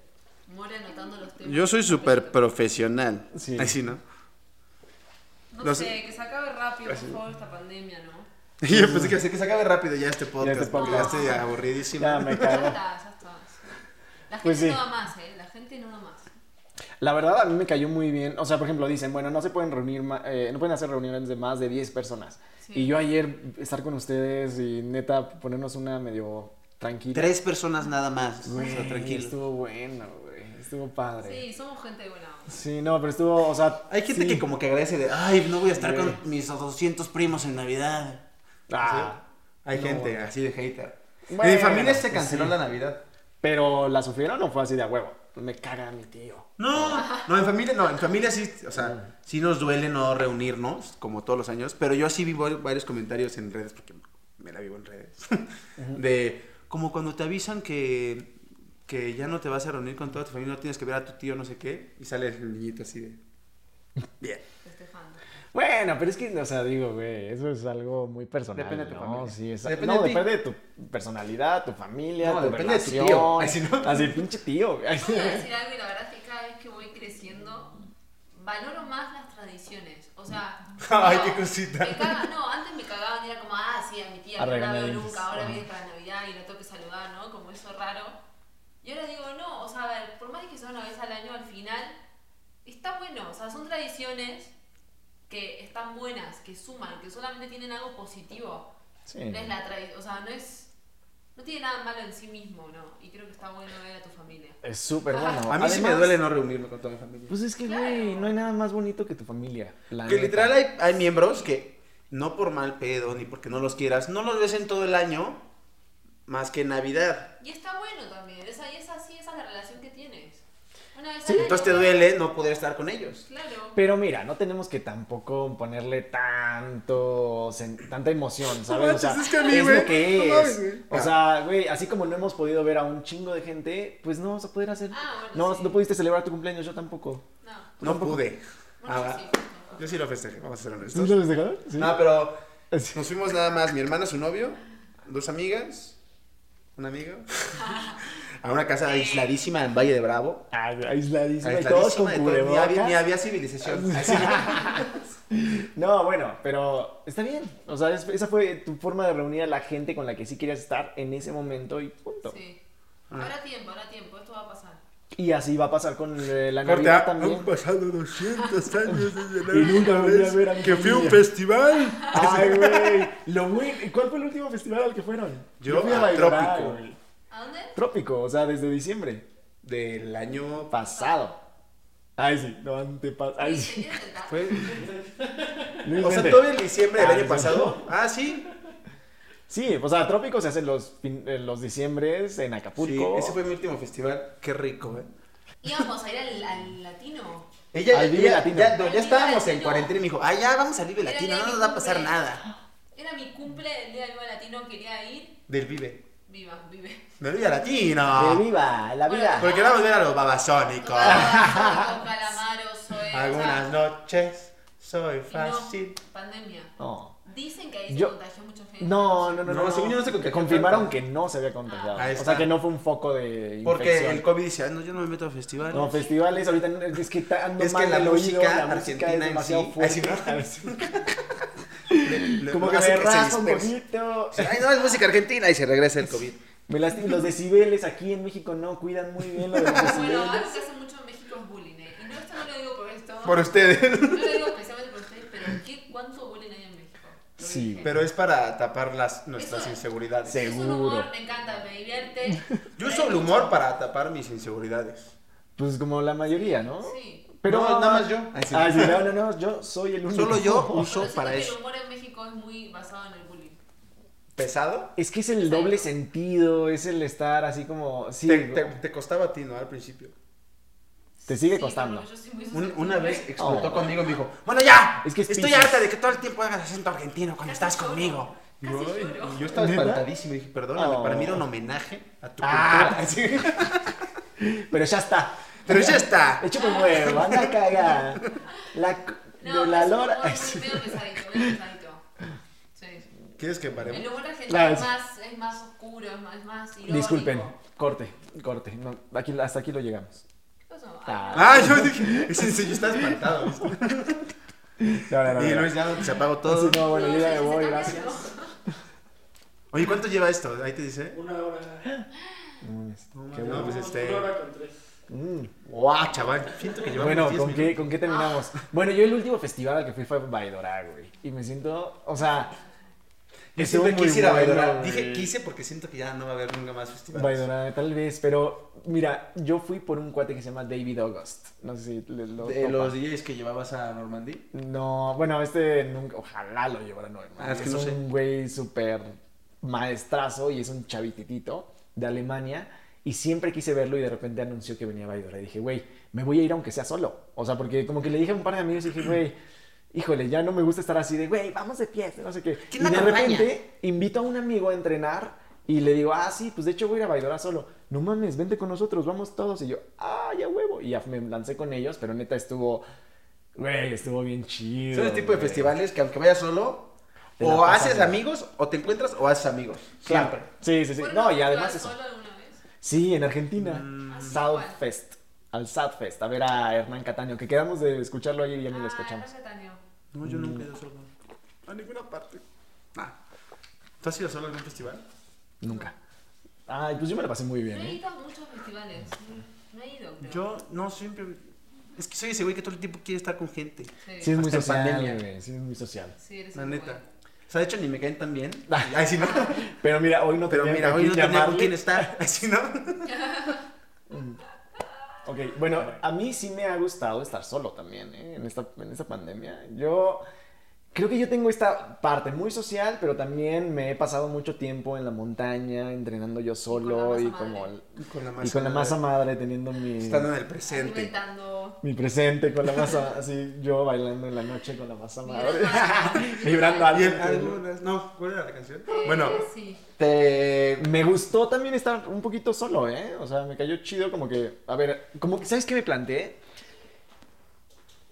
C: Mora anotando los temas.
B: Yo soy súper profesional.
A: Sí.
B: Así, ¿no?
C: No
B: los-
C: sé, que se acabe rápido, por favor, esta pandemia, ¿no?
B: Yo pensé que, que se acabe rápido ya este podcast.
A: este
B: porque
C: podcast.
B: Ya estoy aburridísimo.
A: Ya me
C: Ya
A: cago.
C: está, ya está. La gente
A: Pues sí.
C: no da más, ¿eh? La gente no da más.
A: La verdad a mí me cayó muy bien. O sea, por ejemplo, dicen, bueno, no se pueden reunir, ma- eh, no pueden hacer reuniones de más de 10 personas.
C: Sí.
A: Y yo ayer estar con ustedes y neta ponernos una medio Tranquilo.
B: Tres personas nada más.
A: Güey,
B: o sea, tranquilo.
A: Estuvo bueno, güey. Estuvo padre.
C: Sí, somos gente de buena onda.
A: Sí, no, pero estuvo, o sea.
B: Hay gente
A: sí.
B: que como que agradece de, ay, no voy a estar
A: Güey.
B: con mis 200 primos en Navidad.
A: Ah,
B: Hay
A: No,
B: gente
A: güey.
B: así de hater.
A: Bueno,
B: Mi familia se
A: pues
B: canceló
A: sí.
B: la Navidad.
A: Pero la sufrieron o fue así de a huevo. Me caga mi tío.
B: No, no, en familia, no, en familia sí, o sea, sí nos duele no reunirnos, como todos los años, pero yo sí vi va- varios comentarios en redes, porque me la vivo en redes, de como cuando te avisan que, que ya no te vas a reunir con toda tu familia, no tienes que ver a tu tío, no sé qué, y sale el niñito así de, bien.
C: Festejando.
A: Bueno, pero es que, o sea, digo, güey, eso es algo muy personal.
B: Depende de tu
A: ¿no?
B: familia.
A: Sí, es-
B: Depende
A: no,
B: de ti.
A: depende de tu personalidad, tu familia,
B: No,
A: tu
B: depende de tu tío.
A: relación.
B: Ay, sí, ¿no?
A: Así, pinche tío. güey.
C: Voy a decir algo y la verdad es que cada vez que voy creciendo valoro más las tradiciones. O sea,
B: Ay,
C: no,
B: qué cosita.
C: me caga- no, antes me cagaban y era como, ah, sí, a mi tía que no la veo
A: Arregladitos,
C: nunca, ahora
A: ajá.
C: viene para Navidad y la tengo que saludar, ¿no? Como eso raro. Y ahora digo, no, o sea, a ver, por más que sea una vez al año, al final, está bueno. O sea, son tradiciones que están buenas, que suman, que solamente tienen algo positivo.
A: Sí.
C: No es la tradición, o sea, no es... No tiene nada malo en sí mismo, ¿no? Y creo que está bueno ver a tu familia.
A: Es súper bueno.
B: A mí sí me
A: Además,
B: duele no reunirme con toda mi familia.
A: Pues es que,
C: Claro.
A: güey, no hay nada más bonito que tu familia. la
B: Que
A: neta.
B: literal hay, hay miembros que, no por mal pedo, ni porque no los quieras, no los ves en todo el año, más que en Navidad.
C: Y está bueno también, esa, y esa sí, esa es la relación que tienes. Una vez
A: Sí,
C: al año,
B: Entonces te duele no poder estar con ellos.
C: Claro.
A: Pero mira, no tenemos que tampoco ponerle tanto, sen- tanta emoción, ¿sabes?
B: No
A: O sea,
B: manches, es que a mí,
A: es
B: güey,
A: lo que
B: no mames,
A: es.
B: güey.
A: o sea, güey, así como no hemos podido ver a un chingo de gente, pues no vas a poder hacer.
C: Ah, bueno,
A: no,
C: sí.
A: no pudiste celebrar tu cumpleaños, yo tampoco.
C: No,
B: No pude.
C: bueno,
B: Ah,
C: sí.
B: Yo sí lo festejé, vamos a ser honestos.
A: ¿Ustedes dejaron? Sí.
B: No, pero
A: Así.
B: nos fuimos nada más, mi hermana, su novio, dos amigas, un amigo, a una casa aisladísima en Valle de Bravo.
A: Ah, Aisladísima y todos con
B: Aisladísima de todo, ni, había, ni
A: cubrebocas.
B: había civilización. Así,
A: No, bueno, pero está bien. O sea, es- esa fue tu forma de reunir a la gente con la que sí querías estar en ese momento y punto.
C: Sí.
B: Ah.
C: Habrá tiempo, habrá tiempo, esto va a pasar.
A: Y así va a pasar con eh, la Navidad también.
B: pasado 200 años desde la
A: Y nunca volví a
B: vez
A: ver a mi familia.
B: festival.
A: Ay, güey. Lo muy- ¿Cuál fue el último festival al que fueron?
B: Yo
A: fui a
B: a
A: Vallarta,
B: Trópico.
A: güey.
C: ¿A dónde?
A: Trópico, o sea, desde diciembre.
B: Del año pasado.
A: Pasado. Ay, sí, no antepas. Ay,
C: Sí, este,
A: sí.
C: te quiero sentar.
B: Fue...
A: No
B: O sea,
A: inventes.
B: todo en diciembre del
A: Ah,
B: año
A: sí.
B: pasado. Ah, sí.
A: Sí, o sea, Trópico se hacen los, fin- eh, los diciembres en Acapulco.
B: Sí, ese fue mi último festival. Qué rico, eh.
C: Íbamos a ir al, al latino.
B: Ella,
A: Al Vive
B: ella-
A: Latino.
B: ya, no, ya
C: Al Vive
B: estábamos en
C: Latino.
B: cuarentena y me dijo, ah, ya vamos al Vive
C: Era
B: Latino,
C: el
B: no
C: día de
B: nos
C: mi
B: va a pasar
C: cumple.
B: nada.
C: Era mi cumple, el día del Viva Latino, quería ir.
B: Del Vive.
C: Viva, vive.
B: Del Vive
A: ¡Que
B: Latino.
A: viva la vida!
B: Porque vamos a ver a los babasónicos.
C: Con calamaros, soy.
B: Algunas noches soy
C: Fácil.
B: fácil.
C: pandemia.
A: No.
C: Dicen que ahí se
A: Yo-
C: contagió mucha gente.
A: No, no, no, no.
B: No, según yo no se contagió
A: Confirmaron
B: tanto.
A: que no se había contagiado.
B: Ahí
A: o
B: está.
A: sea, que no fue un foco de infección.
B: Porque el COVID dice, "Ah, no, yo no me meto a festivales.
A: No, festivales ahorita no- es que está ando
B: es
A: mal
B: que la
A: del oído,
B: música
A: la música es
B: argentina en
A: demasiado
B: sí,
A: fuerte.
B: Ay, sí, ¿no? Le- le-
A: Como que
B: hace
A: me
B: se
A: raspa un
B: disperse.
A: poquito.
B: Ay, no, es música argentina y se regresa el COVID.
A: Me lastima. Los decibeles aquí en México no cuidan muy bien lo de los
C: Ah, Bueno,
A: decibeles.
C: algo que hace mucho en México es bullying, ¿eh? Y no, esto no lo digo por esto.
B: Por ustedes.
C: No lo digo especialmente por ustedes, pero ¿qué, ¿cuánto bullying hay en México? Lo
A: Sí,
C: dije.
B: Pero es para tapar las, nuestras
C: Eso-
B: inseguridades.
A: Sí.
C: Es un
A: seguro.
C: humor, me encanta, me divierte.
B: Yo uso el humor para tapar mis inseguridades.
A: Pues como la mayoría, ¿no?
C: Sí.
A: Pero
B: No, nada más yo. Ay, sí.
A: Ah, sí, no, no, no, yo soy el único.
B: Solo yo uso
C: Solo
B: para
C: El
B: eso.
C: humor en México es muy basado en el bullying.
B: ¿Pesado?
A: Es que es el doble sentido, es el estar así como. Sí,
B: te, te- te costaba a ti, ¿no? Al principio.
A: te sigue
C: Sí,
A: costando.
C: como yo soy muy
B: Un-
C: susceptible. pues,
B: una vez explotó
A: Oh.
B: conmigo y me dijo, bueno ya,
A: Es que es
B: estoy
A: Piscis.
B: harta de que todo el tiempo hagas acento argentino cuando
C: Casi
B: estás
C: lloro.
B: conmigo. Y
C: Casi
B: yo, ay,
C: lloro.
B: y yo estaba
A: ¿Neta?
B: espantadísimo y dije, perdóname,
A: Oh.
B: para mí era un homenaje a tu
A: Ah.
B: cultura. Así.
A: Pero ya está.
B: Pero ya está.
A: Hecho por huevo, anda a cagar. La, c-
C: No,
A: de
C: pues pero
A: la
C: es un
A: lora.
C: humor
A: Ay,
C: muy
A: sí.
C: medio pesadito, medio pesadito. Sí.
B: ¿Quieres que
C: El
B: paremos?
C: humor argentino
A: Claro,
C: es
A: sí.
C: más, es más oscuro, es más, es más irónico.
A: Disculpen, corte, corte. no, aquí, hasta aquí lo llegamos.
C: ¿Qué pasó?
A: Ah.
B: Ah, yo dije, es en serio, yo estaba espantado.
A: No, no, no,
B: Y
A: no.
B: Luis ya se apagó
A: Sí,
B: todo.
A: no, bueno,
C: No,
A: yo ya
C: sí,
A: me
C: sí,
A: voy,
C: está
A: gracias.
C: bien,
B: Oye, ¿cuánto lleva esto? Ahí te dice.
E: Una hora.
A: No mames,
B: No,
A: qué
B: no,
A: bueno.
B: pues este-
E: Una hora con tres.
A: Mm.
B: ¡Guau, chaval! Siento que llevamos
A: Bueno,
B: 10
A: ¿con qué,
B: minutos.
A: ¿con qué terminamos? Bueno, yo el último festival al que fui fue Baidora, güey. Y me siento, o sea,
B: Yo
A: Estuvo
B: siempre
A: muy
B: quise ir a
A: bueno,
B: Baidora.
A: güey.
B: Dije quise porque siento que ya no va a haber nunca más festivales.
A: Baidora, tal vez, pero mira, yo fui por un cuate que se llama David August. No sé si le- lo
B: De
A: topan.
B: los DJs que llevabas a Normandí.
A: No, bueno, este nunca, ojalá lo llevaran hoy.
B: Ah, es que
A: es
B: no sé.
A: un güey súper maestrazo y es un chavititito de Alemania. Y siempre quise verlo y de repente anunció que venía a Baidora. Y dije, güey, me voy a ir aunque sea solo. O sea, porque como que le dije a un par de amigos y dije, güey, híjole, ya no me gusta estar así de, güey, vamos de fiesta, no sé qué. Y
B: ¿Quién
A: de
B: me acompaña?
A: repente invito a un amigo a entrenar y le digo, ah, sí, pues de hecho voy a ir a Baidora solo. No mames, vente con nosotros, vamos todos. Y yo, ah, ya huevo. Y ya me lancé con ellos, pero neta estuvo... Güey, estuvo bien chido.
B: Son el tipo de
A: güey.
B: festivales que aunque vayas solo,
A: Te la
B: o
A: pasas
B: haces
A: bien.
B: amigos, o te encuentras, o haces amigos.
A: Claro.
B: Siempre.
A: Sí, sí, sí.
C: ¿Fueron
A: No,
C: a
A: y
C: un
A: además
C: festival
A: eso.
C: solo alguna vez?
A: Sí, en Argentina.
C: Ah, sí,
A: South
C: ¿cuál?
A: Fest. Al South Fest. A ver a Hernán Cataño, que quedamos de escucharlo ayer y ya ni lo
C: Ah,
A: escuchamos.
C: Rafa Tañón.
B: No,
A: Mm.
B: yo nunca he ido solo. A ninguna parte. Ah. ¿Tú has ido solo a algún festival?
A: Nunca. Ay, pues yo me la pasé muy bien,
C: No he
A: ¿eh?
C: ido a muchos festivales. No he ido, creo.
B: Yo no siempre. Es que soy ese güey que todo el tiempo quiere estar con gente.
C: Sí,
A: Sí, es muy
B: Hasta en
A: social,
B: pandemia.
A: güey. Sí, es muy social.
C: sí, eres
B: La
C: un
B: neta.
C: buen.
B: O sea, de hecho ni me caen tan bien. Ay, sí, no.
A: Pero mira, hoy no
B: Pero
A: tenía
B: mira,
A: a
B: hoy no
A: quién
B: tenía con
A: llamarle.
B: quién estar. Así, ¿no?
A: Ok, bueno, a mí sí me ha gustado estar solo también, ¿eh? En esta, en esta pandemia. Yo creo que yo tengo esta parte muy social, pero también me he pasado mucho tiempo en la montaña, entrenando yo solo
C: masa
A: y
C: madre.
A: como... el-
B: Con la
A: Y con la masa madre teniendo mi,
B: Estando en el presente.
C: Alimentando.
A: mi presente, con la masa, así yo bailando en la noche con la masa madre.
C: Madre.
A: Vibrando alto.
B: Y en algunas. No, ¿cuál era la canción? Bueno,
C: Eh, Sí.
A: Te- me gustó también estar un poquito solo, ¿eh? O sea, me cayó chido como que, a ver, como que, ¿sabes qué me planteé?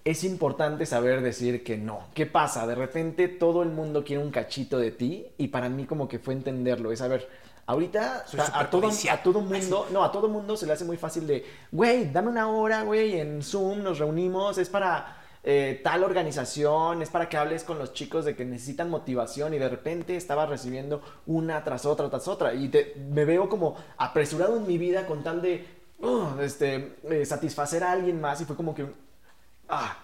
A: Es importante saber decir que no. ¿Qué pasa? De repente todo el mundo quiere un cachito de ti y para mí como que fue entenderlo. Es, a ver, ahorita
B: Soy
A: a- a, todo,
B: supercodiciado.
A: a todo mundo, no, a todo mundo se le hace muy fácil de, güey, dame una hora, güey, en Zoom nos reunimos, es para eh, tal organización, es para que hables con los chicos de que necesitan motivación y de repente estaba recibiendo una tras otra, tras otra y te- me veo como apresurado en mi vida con tal de, uh, este, eh, satisfacer a alguien más y fue como que, un, ah,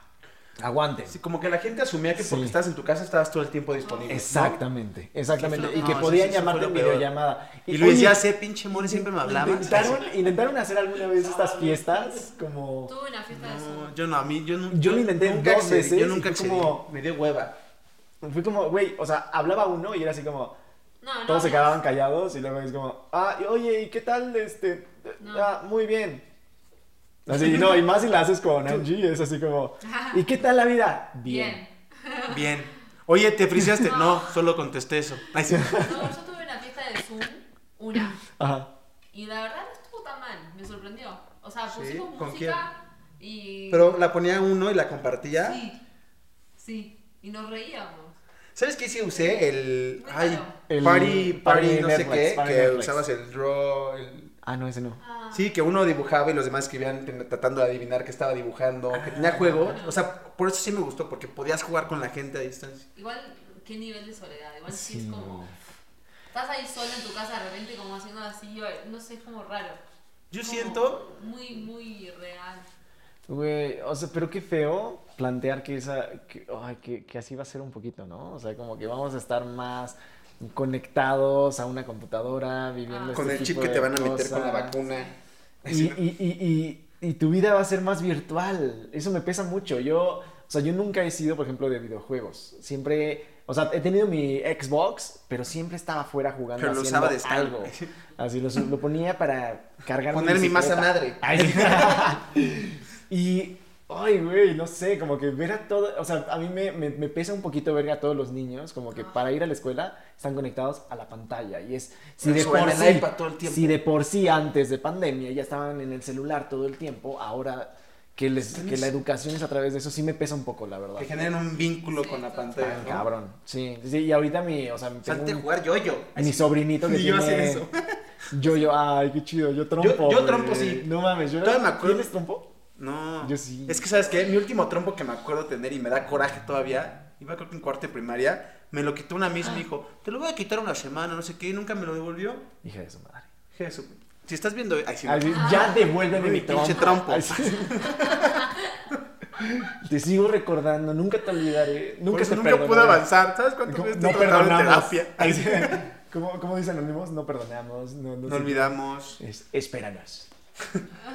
A: aguante.
B: sí, como que la gente asumía que porque
A: Sí.
B: estabas en tu casa estabas todo el tiempo disponible. ¿no?
A: Exactamente, exactamente.
B: Sí,
A: Y que
B: no,
A: podían
B: sí, sí,
A: llamarte
B: fue
A: en
B: lo peor.
A: videollamada.
B: Y Luis,
A: oye,
B: ya sé, pinche Mori, siempre me hablaba.
A: Intentaron, intentaron hacer alguna vez estas fiestas como...
C: Tuve una fiesta de
B: No,
C: Zoom.
B: yo no, a mí, yo, no,
A: Yo lo intenté dos
B: accedí,
A: veces
B: Yo
A: y
B: nunca
A: fue
B: accedí.
A: como-
B: Me dio hueva.
A: Fui como, güey, o sea, hablaba uno y era así como...
C: No, no.
A: Todos se
C: no.
A: quedaban callados y luego es como, ah, y oye, ¿y qué tal este?
C: No.
A: Ah, muy bien. Así, no, y más si la haces con Angie, es así como, ¿y qué tal la vida?
C: Bien.
B: Bien. Oye, ¿te friseaste? No, solo contesté eso. Ay, sí.
C: No, yo tuve una fiesta de Zoom. Una.
A: Ajá.
C: Y la verdad no estuvo tan mal. Me sorprendió. O sea,
B: Sí,
C: pusimos
B: ¿con
C: música y.
B: Pero la ponía uno y la compartía.
C: Sí. Sí. Y nos reíamos.
B: ¿Sabes qué sí usé? El. Ay,
A: El-
B: party, party,
A: Party
B: no
A: Netflix,
B: sé qué.
A: Party
B: que
A: Netflix.
B: usabas el draw. el-
A: Ah, no, ese no.
C: Ah,
B: Sí, que uno dibujaba y los demás escribían ten- tratando de adivinar qué estaba dibujando. Que tenía juego. O sea, por eso sí me gustó, porque podías jugar con la gente a distancia.
C: Igual, qué nivel de soledad. Igual sí,
A: Sí,
C: es
A: no.
C: como. Estás ahí solo en tu casa de repente, como haciendo así. No sé, es como raro.
B: Yo
C: Como
B: siento.
C: Muy, muy real.
A: Güey, o sea, pero qué feo plantear que esa, que, ay, que, que así va a ser un poquito, ¿no? O sea, como que vamos a estar más conectados a una computadora, viviendo
C: Ah.
A: este
B: Con el chip
A: tipo
B: que
A: de
B: te van a meter con la
A: cosas.
B: vacuna.
A: Y, y- y- y- y tu vida va a ser más virtual. Eso me pesa mucho. Yo, o sea, yo nunca he sido, por ejemplo, de videojuegos. Siempre, o sea, he tenido mi Xbox, pero siempre estaba afuera jugando.
B: Pero lo
A: haciendo
B: usaba de Skype.
A: algo. Así lo, lo ponía para cargar
B: Poner mi masa
A: bicicleta.
B: madre.
A: Ay. y, ay, güey, no sé, como que ver a todo, o sea, a mí me, me- me pesa un poquito ver a todos los niños, como
B: Ah.
A: que para ir a la escuela están conectados a la pantalla. Y es, si de
B: Suben
A: por
B: el
A: sí,
B: iPad todo el tiempo.
A: si de por sí antes de pandemia ya estaban en el celular todo el tiempo, ahora que, les, que la educación es a través de eso, sí me pesa un poco, la verdad.
B: Este Que generen un vínculo
C: Sí,
B: con la
C: total.
B: pantalla. ¿no?
A: Cabrón, sí, sí, y ahorita mi, o sea, mi-
B: Salte a
A: tengo un-
B: jugar yo-yo.
A: mi sobrinito que
B: Y yo
A: tiene-
B: hacía eso.
A: Yo, yo, ay, qué chido, yo trompo.
B: yo
A: güey.
B: trompo, sí.
A: No mames, yo
B: Todavía me acuerdo.
A: ¿Tienes trompo?
B: No.
A: Yo sí.
B: Es que, ¿sabes qué? Mi último trompo que me acuerdo tener y me da coraje todavía, iba creo que en cuarto de primaria, me lo quitó una misma y me dijo, te lo voy a quitar una semana, no sé qué, y nunca me lo devolvió.
A: Hija de su madre.
B: Jesús. Si estás viendo... Ay, sí,
A: Ay, sí, ya devuélveme mi
B: Mi pinche
A: trompo.
B: trompo.
A: Ay, sí. Te sigo recordando, nunca te olvidaré. Nunca
B: Por eso
A: te
B: nunca pude
A: perdonaré.
B: avanzar. ¿Sabes cuántas
A: No,
B: veces
A: no
B: te trataron en
A: perdonamos.
B: terapia?
A: Ahí sí. ¿Cómo, cómo dicen los mismos? No perdonamos. No, no
B: No
A: sé.
B: olvidamos
A: Es- espéranos.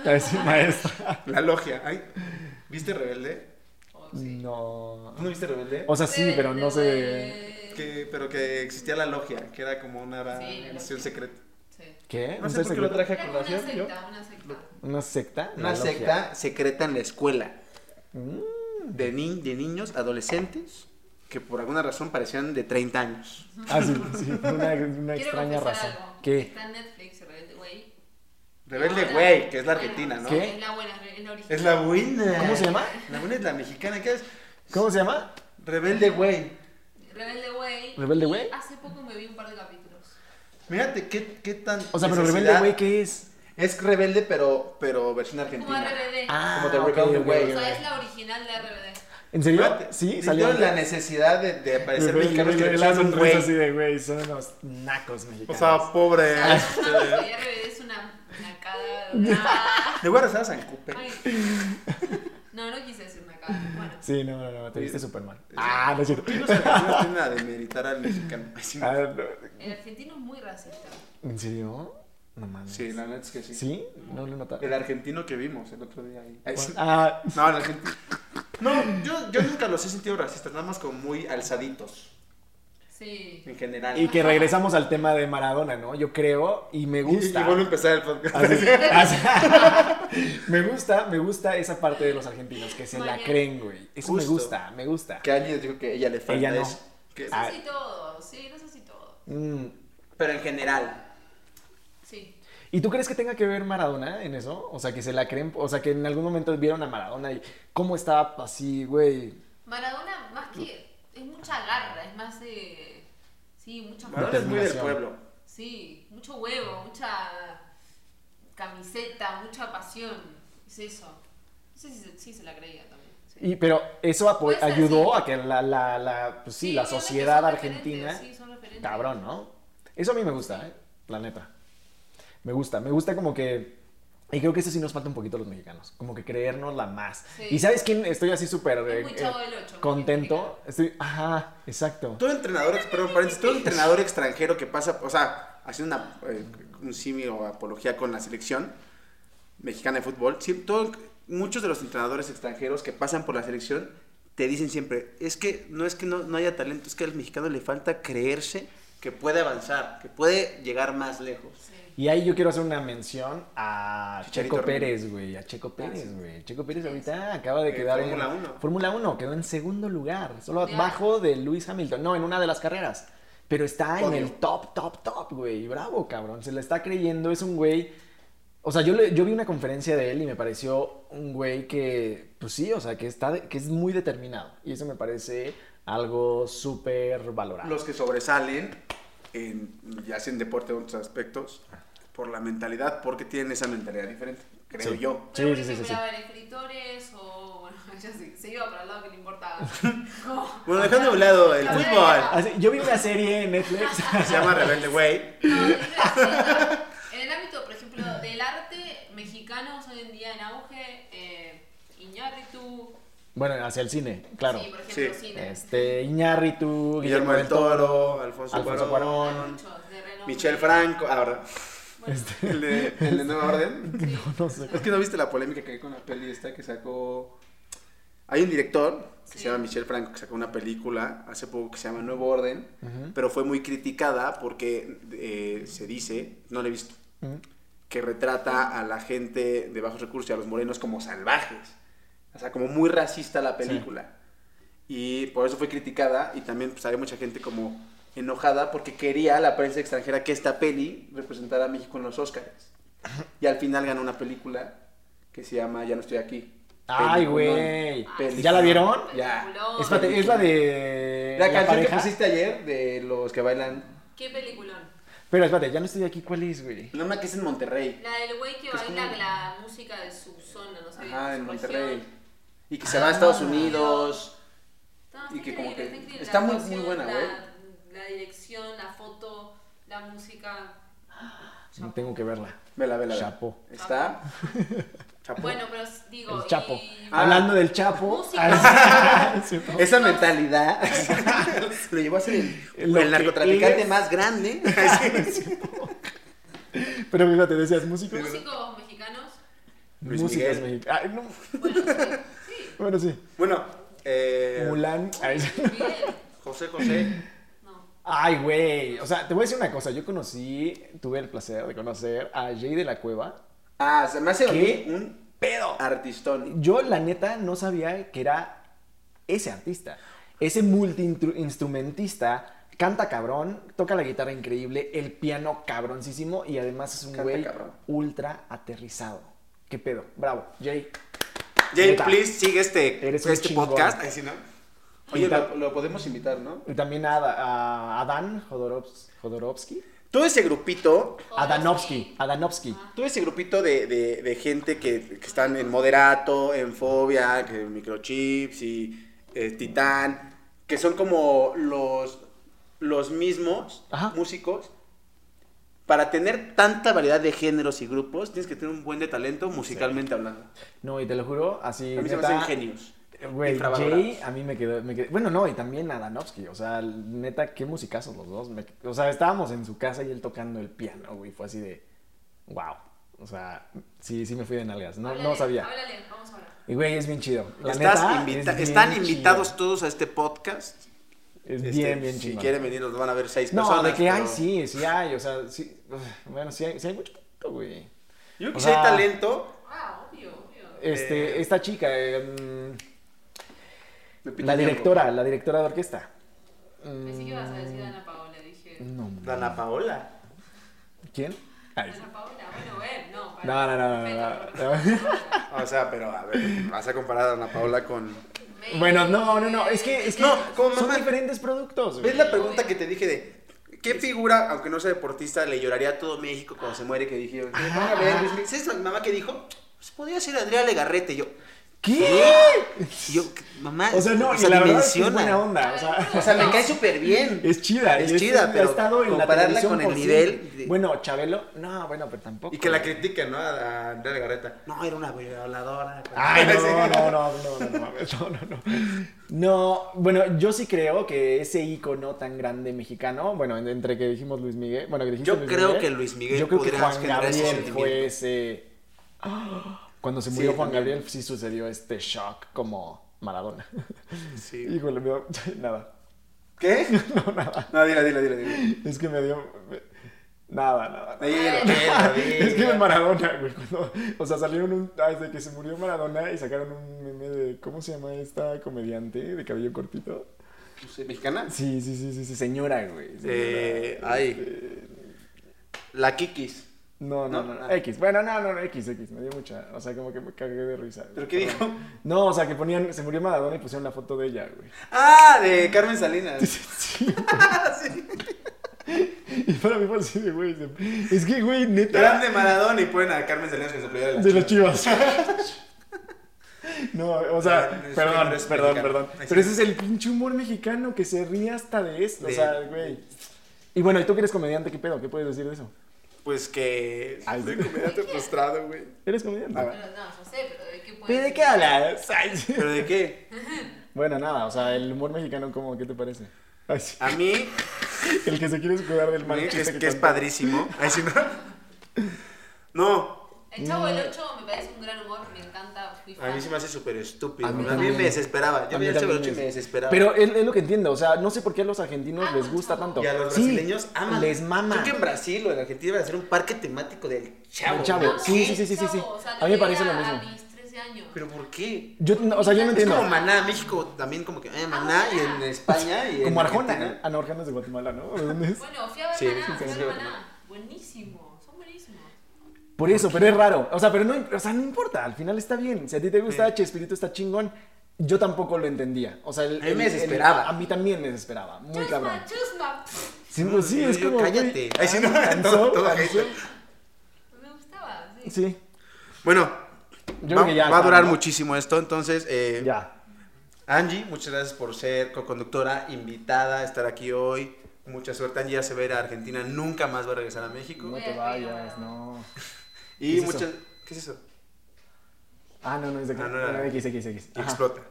A: Es maestra.
B: la logia. Ay, ¿Viste Rebelde?
C: Oh, sí.
A: No.
B: ¿Tú no viste Rebelde?
A: O Mm. sea, sí, pero no sé.
C: Rebelde.
B: Que- pero que existía la logia, que era como una era-
C: Sí, la
B: nación
C: logia.
B: secreta.
C: Sí.
A: ¿Qué?
B: No sé por qué lo traje a
C: Era como una
B: colación yo.
C: secta, una secta.
A: ¿Una secta?
B: Una
A: logia.
B: secta secreta en la escuela.
A: Mm.
B: de, ni- de niños, adolescentes, que por alguna razón parecían de 30 años.
A: Ah, sí, sí, por una, una
C: Quiero
A: extraña
C: confesar
A: razón.
C: algo.
A: ¿Qué?
C: Está en Netflix, Rebelde Way.
B: Rebelde
C: No,
B: Güey,
C: la-
B: que es la argentina, ¿no?
A: ¿Qué?
C: Es la buena, es la original.
B: Es la buena.
A: ¿Cómo se llama?
B: La buena es la mexicana, ¿qué es?
A: ¿Cómo se llama?
B: Rebelde Güey.
C: Rebelde Way.
A: ¿Rebelde
C: Y
A: Way?
C: Hace poco me vi un par de capítulos.
B: Mírate qué, qué tan.
A: O sea, pero
B: necesidad-
A: rebelde, güey, ¿qué es?
B: Es rebelde, pero, pero versión
C: Como
B: argentina.
C: RBD.
A: Ah,
B: Como The
A: ok,
B: Rebelde
A: ok,
B: Way.
C: o
A: ok.
C: sea, es la original de RBD.
A: ¿En serio?
B: Mírate,
A: Sí,
B: sintieron
A: salió.
B: la necesidad de, de parecer
A: Rebelde,
B: mexicanos que
A: Rebelde,
B: le
A: la
B: pusieron un
A: sonrisa
B: güey.
A: así de, güey, son unos nacos mexicanos.
B: O sea, pobre. Este,
C: Y RBD es una, una cara. una-
B: Le voy a rezar a San Cupe.
C: Ay. No, no quise decir una cara. Bueno.
A: Sí, no, no, no, te viste súper mal. Ah, no es cierto.
B: Y no sé, no tienen a demeritar al mexicano. Ay, sí,
A: Ah, no.
C: El argentino es muy racista.
A: ¿En serio? No mames.
B: Sí, la neta es que sí.
A: ¿Sí? No lo he notado.
B: El argentino que vimos el otro día ahí. Ahí sí.
A: Ah,
B: No, el argentino. No, yo, yo nunca los he sentido racistas, nada más como muy alzaditos
C: Sí.
B: en general.
A: y que regresamos al tema de Maradona, ¿no? Yo creo y me gusta. Ah,
B: Y, y vuelvo a empezar el podcast.
A: Así- así- me gusta, me gusta esa parte de los argentinos que se la
C: Mañana.
A: creen, güey. Eso me
B: Justo.
A: gusta, me gusta.
B: Que alguien dijo que ella le falta
A: Ella no.
B: eso. Que-
C: No
A: Ah.
C: sé si todo, sí, no sé si todo.
A: Mm.
B: Pero en general.
C: Sí.
A: ¿Y tú crees que tenga que ver Maradona en eso? O sea, que se la creen, o sea, que en algún momento vieron a Maradona y cómo estaba así, güey.
C: Maradona, más que. Es mucha garra, es más de. Sí, mucha
B: Maradona es muy del
A: Determinación.
B: pueblo.
C: Sí, mucho huevo, mucha camiseta, mucha pasión. Es eso. No sé si se, sí se la creía también. sí.
A: Y, pero eso apo-
C: Puede ser,
A: ayudó
C: sí.
A: a que la, la, la, pues sí, la
C: obviamente
A: sociedad
C: son
A: argentina.
C: referentes, Sí, son referentes.
A: Cabrón, ¿no? Eso a mí me gusta, ¿eh? La neta. Me gusta, me gusta como que... Y creo que eso sí nos falta un poquito a los mexicanos, como que creérnosla más.
C: Sí.
A: ¿Y sabes quién? Estoy así súper
C: Es muy
A: eh,
C: Chavo
A: eh,
C: del Ocho, muy
A: contento.
C: mexicano.
A: Estoy, ajá, exacto.
B: Todo entrenador, ex- perdón, paréntesis, todo entrenador extranjero que pasa, o sea, haciendo una, eh, un símil o apología con la selección mexicana de fútbol, sí, todo- muchos de los entrenadores extranjeros que pasan por la selección te dicen siempre, es que no es que no, no haya talento, es que al mexicano le falta creerse que puede avanzar, que puede llegar más lejos.
C: Sí.
A: Y ahí yo quiero hacer una mención a
B: Chicharito
A: Checo
B: Hernández.
A: Pérez, güey. A Checo Pérez,
B: sí.
A: güey. Checo Pérez ahorita acaba de
B: Eh,
A: quedar
B: Fórmula
A: en...
B: Uno.
A: Fórmula 1. Quedó en segundo lugar, solo
C: Ya.
A: abajo de Lewis Hamilton. No, en una de las carreras. Pero está
B: Podio.
A: en el top, top, top, güey. Bravo, cabrón. Se la está creyendo. Es un güey... O sea, yo, le- yo vi una conferencia de él y me pareció un güey que, pues sí, o sea, que, está de- que es muy determinado. Y eso me parece algo súper valorado.
B: Los que sobresalen, en, ya sea en deporte o en otros aspectos, por la mentalidad, porque tienen esa mentalidad diferente, creo
A: Sí.
B: yo.
A: Sí,
C: Pero, por
A: sí, sí, sí,
C: ejemplo,
A: sí.
C: a ver, escritores o. Bueno, ella se, se iba para el lado que le importaba. Como-
B: Bueno, dejando a un lado el
C: La
B: fútbol.
A: Así, Ah, yo vi una serie en Netflix.
B: que se llama Rebelde Güey.
C: No, es graciosa. en el ámbito, por ejemplo, del arte mexicano hoy en día en auge, eh, Iñárritu,
A: Bueno, hacia el cine, claro.
C: sí, por ejemplo,
B: Sí.
C: cine.
A: Este, Iñárritu,
B: Guillermo del Toro, Alfonso,
A: Alfonso
B: Cuarón,
C: Hay
A: Cuarón.
C: muchos de renombre.
B: Michelle Franco, ah. ahora
C: Bueno,
B: el de, el de Nueva Orden.
C: sí.
A: Este, No sé.
B: Es que no viste la polémica que hay con la peli esta que sacó. Hay un director que
C: Sí.
B: se llama Michelle Franco que sacó una película hace poco que se llama Nuevo Orden,
A: Ujú.
B: pero fue muy criticada porque eh, se dice, no la he visto,
A: Ujú.
B: que retrata a la gente de bajos recursos y a los morenos como salvajes. O sea, como muy racista la película. Y por eso fue criticada y también pues, había mucha gente como enojada porque quería la prensa extranjera que esta peli representara a México en los Oscars. Y al final ganó una película que se llama Ya no estoy aquí.
A: Ay,
B: Peliculón.
A: güey.
B: Peliculón.
A: ¿Ya la vieron?
B: Ya.
C: Peliculón.
A: Espérate, es la de.
B: La, canción que pusiste ayer de los que bailan.
C: Qué peliculón.
A: Pero espérate, ya no estoy aquí. ¿Cuál es, güey?
B: La una que es en Monterrey.
C: La del güey que
B: Que es
C: baila
B: como-
C: la música de su zona, no sé bien,
B: Ajá,
C: de
B: en
C: su
B: Monterrey.
C: región.
B: Y que se
A: Ah,
B: va a Estados Unidos.
C: No,
B: Y que como
C: increíble,
B: que
C: increíble.
B: está
C: La
B: muy- muy
C: actuación,
B: buena,
C: la-
B: güey.
C: La dirección, la foto, la música.
A: No tengo que verla.
B: Vela, vela, vela.
A: Chapo.
B: Está Chapo.
C: Bueno, pero s- digo.
A: El Chapo.
C: y-
B: Ah.
A: Hablando del Chapo.
C: Música.
A: ah, sí, sí,
C: Es-
A: sí.
D: Esa mentalidad lo llevó a ser el,
A: Lo
D: el
A: que
D: narcotraficante
A: es.
D: más grande.
A: Pero fíjate, decías músico.
C: Músicos mexicanos.
B: Luis
A: Músicas
B: Miguel.
A: mexicanas. Ay, no.
C: Bueno, sí. sí,
A: Bueno, sí.
B: Bueno, eh,
A: Mulan. Ay, sí.
C: Miguel.
B: José José.
C: No.
A: Ay, güey. O sea, te voy a decir una cosa. Yo conocí, tuve el placer de conocer a Jay de la Cueva.
D: Ah, se me hace
A: ¿Qué?
D: un
A: Pedo.
D: artistón.
A: Yo, la neta, no sabía que era ese artista. Ese multi-instrumentista. Canta cabrón, toca la guitarra increíble, el piano cabroncísimo y además es un
D: Canta
A: güey
D: cabrón.
A: ultra aterrizado. ¿Qué pedo? Bravo, Jay.
B: Jay,
A: Neta.
B: please, sigue este,
A: Eres un
B: este
A: chingón.
B: podcast. Ay, sí, ¿no?
D: Oye, lo, lo podemos invitar, ¿no?
A: Y también a, a Adán Jodorops- Jodorowsky.
D: Todo ese grupito,
A: Adanovsky. Adanovsky.
D: todo ese grupito de, de- de gente que, que están en moderato, en fobia, que microchips y eh, titán, que son como los, los mismos
A: Ajá.
D: músicos. Para tener tanta variedad de géneros y grupos, tienes que tener un buen de talento musicalmente hablando.
A: No, y te lo juro, así.
D: A mí se me
A: neta,
D: hacen genios.
A: Güey,
D: infravalorados.
A: Jay, a mí me quedó, me quedé- Bueno, no, y también a Adanovsky. O sea, neta, qué musicazos los dos. me- o sea, estábamos en su casa y él tocando el piano, güey. Fue así de. ¡Wow! O sea, sí, sí me fui de nalgas. No, no
C: Háblale,
A: sabía.
C: Háblale, vamos a hablar.
A: Y güey, es bien chido. La
B: Estás
A: neta,
B: invita-
A: es bien
B: están
A: chido.
B: invitados todos a este podcast.
A: Es
B: Este,
A: bien, bien
B: si
A: chido.
B: quieren venir, los van a ver seis
A: no,
B: personas.
A: de que hay,
B: pero-
A: sí, sí hay. O sea, sí. uf, Bueno, sí hay, sí hay mucho puto,
B: Eh,
A: güey.
B: Yo creo que
A: O
B: si hay
A: sea-
B: talento.
C: Ah, obvio, obvio.
A: Este,
B: Eh,
A: esta chica, eh, mm,
D: Lupita
A: la directora, la directora de orquesta.
C: Pensé que ibas a decir
A: Mm,
C: Ana Paola, dije.
A: No, hombre.
B: Dana Paola.
A: ¿Quién? Ay, sí.
C: Ana Paola, bueno, ven, no.
A: No, no, no, no, no,
B: O sea, pero a ver, vas a comparar a Ana Paola con.
A: Bueno, no, no, no, es que, es que
B: No, como
A: son
B: mamá-
A: diferentes productos. güey.
B: ¿Ves la pregunta que te dije de qué figura, aunque no sea deportista, le lloraría a todo México cuando se muere? Que dije, van a ver, Luis Miguel. ¿sabes la mamá que dijo? Pues podría ser Andrea Legarrete. Y yo,
A: ¿Qué?
B: y yo mamá,
A: O sea, no, y la verdad es que es buena
B: dimensiona.
A: onda, o sea,
D: O sea, me cae súper bien.
A: es chida.
D: Es
A: y
D: chida,
A: ha
D: pero
A: estado en la
D: compararla
A: televisión
D: con el
A: por
D: nivel
A: siempre.
D: de-
A: Bueno, Chabelo, no, bueno, pero tampoco.
B: Y que la critiquen, ¿no? A a Andrea Legarreta.
D: No, era una violadora.
A: Ay, no, no, no, no, no, no, mames, no, no, no. No, bueno, yo sí creo que ese ícono tan grande mexicano, bueno, en- entre que dijimos Luis Miguel, bueno, que dijiste
B: Yo
A: Luis
B: creo
A: Miguel,
B: que Luis Miguel
A: yo creo que
B: podría
A: Juan
B: generar ese
A: Gabriel
B: sentimiento.
A: fue ese... ¡Ah! Cuando se murió
D: Sí,
A: Juan
D: también.
A: Gabriel sí sucedió este shock como Maradona.
B: Sí.
A: Híjole, me dio... Nada,
B: ¿Qué?
A: no, nada.
B: No, dile, dile, dile. dile.
A: Es que me dio... me- Nada, nada. nada.
B: Dile, dile, dile.
A: Es que de Maradona, güey. cuando- o sea, salieron un. ah, Desde que se murió Maradona y sacaron un meme de. ¿Cómo se llama esta comediante de cabello cortito?
D: ¿Mexicana?
A: Sí, sí, sí, sí, sí, señora, güey. señora. este,
B: Eh, ay,
D: La Kikis.
A: No, no, no,
D: no, no.
A: X. Bueno, no, no, no, X, X. Me dio mucha. O sea, como que me cagué de risa. güey,
D: ¿Pero qué
A: perdón.
D: dijo?
A: No, o sea, que ponían. Se murió Maradona y pusieron la foto de ella, güey.
D: Ah, de Carmen Salinas.
A: Y para mí fue así de, güey. se- Es que, güey, neta.
B: grande Maradona y ponen a Carmen Salinas que se playera de las
A: De los chivas. No, o sea,
B: No, es que
A: perdón,
B: no eres
A: perdón,
B: mexicano.
A: perdón.
B: Ahí sí.
A: Pero ese es el pinche humor mexicano que se ríe hasta de esto. O
B: De-
A: sea, güey. Y bueno, ¿y tú que eres comediante? ¿Qué pedo? ¿Qué puedes decir de eso?
B: Pues que
A: Ay,
B: soy
A: sí.
B: comediante frustrado, güey.
A: ¿Eres comediante?
B: A ver.
C: Pero no, yo sé, pero ¿de qué puede
A: ¿Pero de
C: ser?
A: qué hablas? Ay, sí.
B: ¿Pero de qué?
A: Bueno, nada, o sea, el humor mexicano, ¿cómo? ¿Qué te parece? Ay, sí.
B: A mí,
A: El que se quiere escudar del mal
B: que
A: chiste
B: Ah. es,
A: que
B: que es
A: contó.
B: padrísimo. Ahí sí, ¿no? No,
C: El Chavo del 8 me parece un gran humor, me encanta. fui
B: a mí
C: fan.
B: se me hace súper estúpido.
A: A
B: A
A: mí
B: mí,
A: también.
B: me desesperaba. Yo
A: A mí
B: veía el Chavo
A: también
B: del Ocho y
A: es-
B: me desesperaba.
A: Pero es, es lo que entiendo, o sea, no sé por qué a los argentinos
C: Ah,
A: les gusta
C: chavo.
A: tanto.
B: y a los
A: Sí,
B: brasileños aman.
A: Les mama.
B: Creo que en Brasil o en Argentina van a hacer un parque temático del Chavo.
A: Del Chavo.
B: ¿Por
A: Ah, Sí,
B: qué?
A: sí, sí.
C: Chavo, o sea,
A: A
C: lo
A: mí me parece
C: veía
A: lo mismo.
C: A mis 13 años.
B: ¿Pero por qué?
A: Yo, no, o sea, yo no
B: Es
A: entiendo.
B: como Maná, México también como que eh, Maná y en España y en
A: Como Arjona,
B: Argentina.
A: ¿no? Ah, no, Arjona es de Guatemala, ¿no? ¿De dónde es?
C: Bueno, fui a ver
B: Sí,
C: Maná,
B: sí,
C: fui a
B: sí,
C: ver
B: sí.
C: Maná. Buenísimo, son buenísimos.
A: Por eso, pero es raro. O sea, pero no, o sea, no importa, al final está bien. Si a ti te gusta
B: Sí.
A: Chespirito está chingón. Yo tampoco lo entendía. O sea, el-
D: A mí me
A: el- el-
D: desesperaba.
A: a mí también me desesperaba. Muy cabrón.
C: Chusma, chusma. pff,
A: Sí, pues sí,
B: Yo-
A: es
B: yo-
A: como.
B: Cállate.
A: güey, ah,
B: Ahí sí, no,
A: cansó,
B: todo, todo
A: cansó.
B: hater.
C: Me gustaba, sí.
A: Sí.
B: Bueno,
A: Yo creo
B: va,
A: que ya
B: va a
A: está,
B: durar
A: ¿no?
B: muchísimo esto, entonces eh,
A: Ya.
B: Angie, muchas gracias por ser co-conductora, invitada, estar aquí hoy. Mucha suerte, Angie ya se va a ir a Argentina, nunca más va a regresar a México.
A: No
C: Voy
A: te
C: a-
A: vayas, no.
B: Y
A: ¿Qué es eso?
B: muchas... ¿Qué es eso?
A: Ah, no, no es de
B: No,
A: Crack.
B: no, no.
A: Era X, X, X.
B: y
A: Ajá.
B: explota.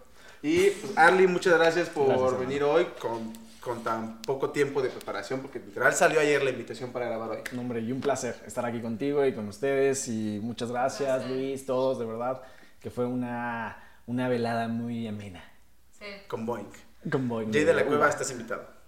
B: Y pues, Arly, muchas gracias por
A: Gracias, hermano.
B: venir hoy con, con tan poco tiempo de preparación, porque literal salió ayer la invitación para grabar hoy.
A: No, hombre, y un placer estar aquí contigo y con ustedes. Y muchas gracias,
C: Placer.
A: Luis, todos, de verdad, que fue una, una velada muy amena.
C: Sí.
B: Con Boeing.
A: Con Boy.
B: Jay de la Cueva, estás invitado.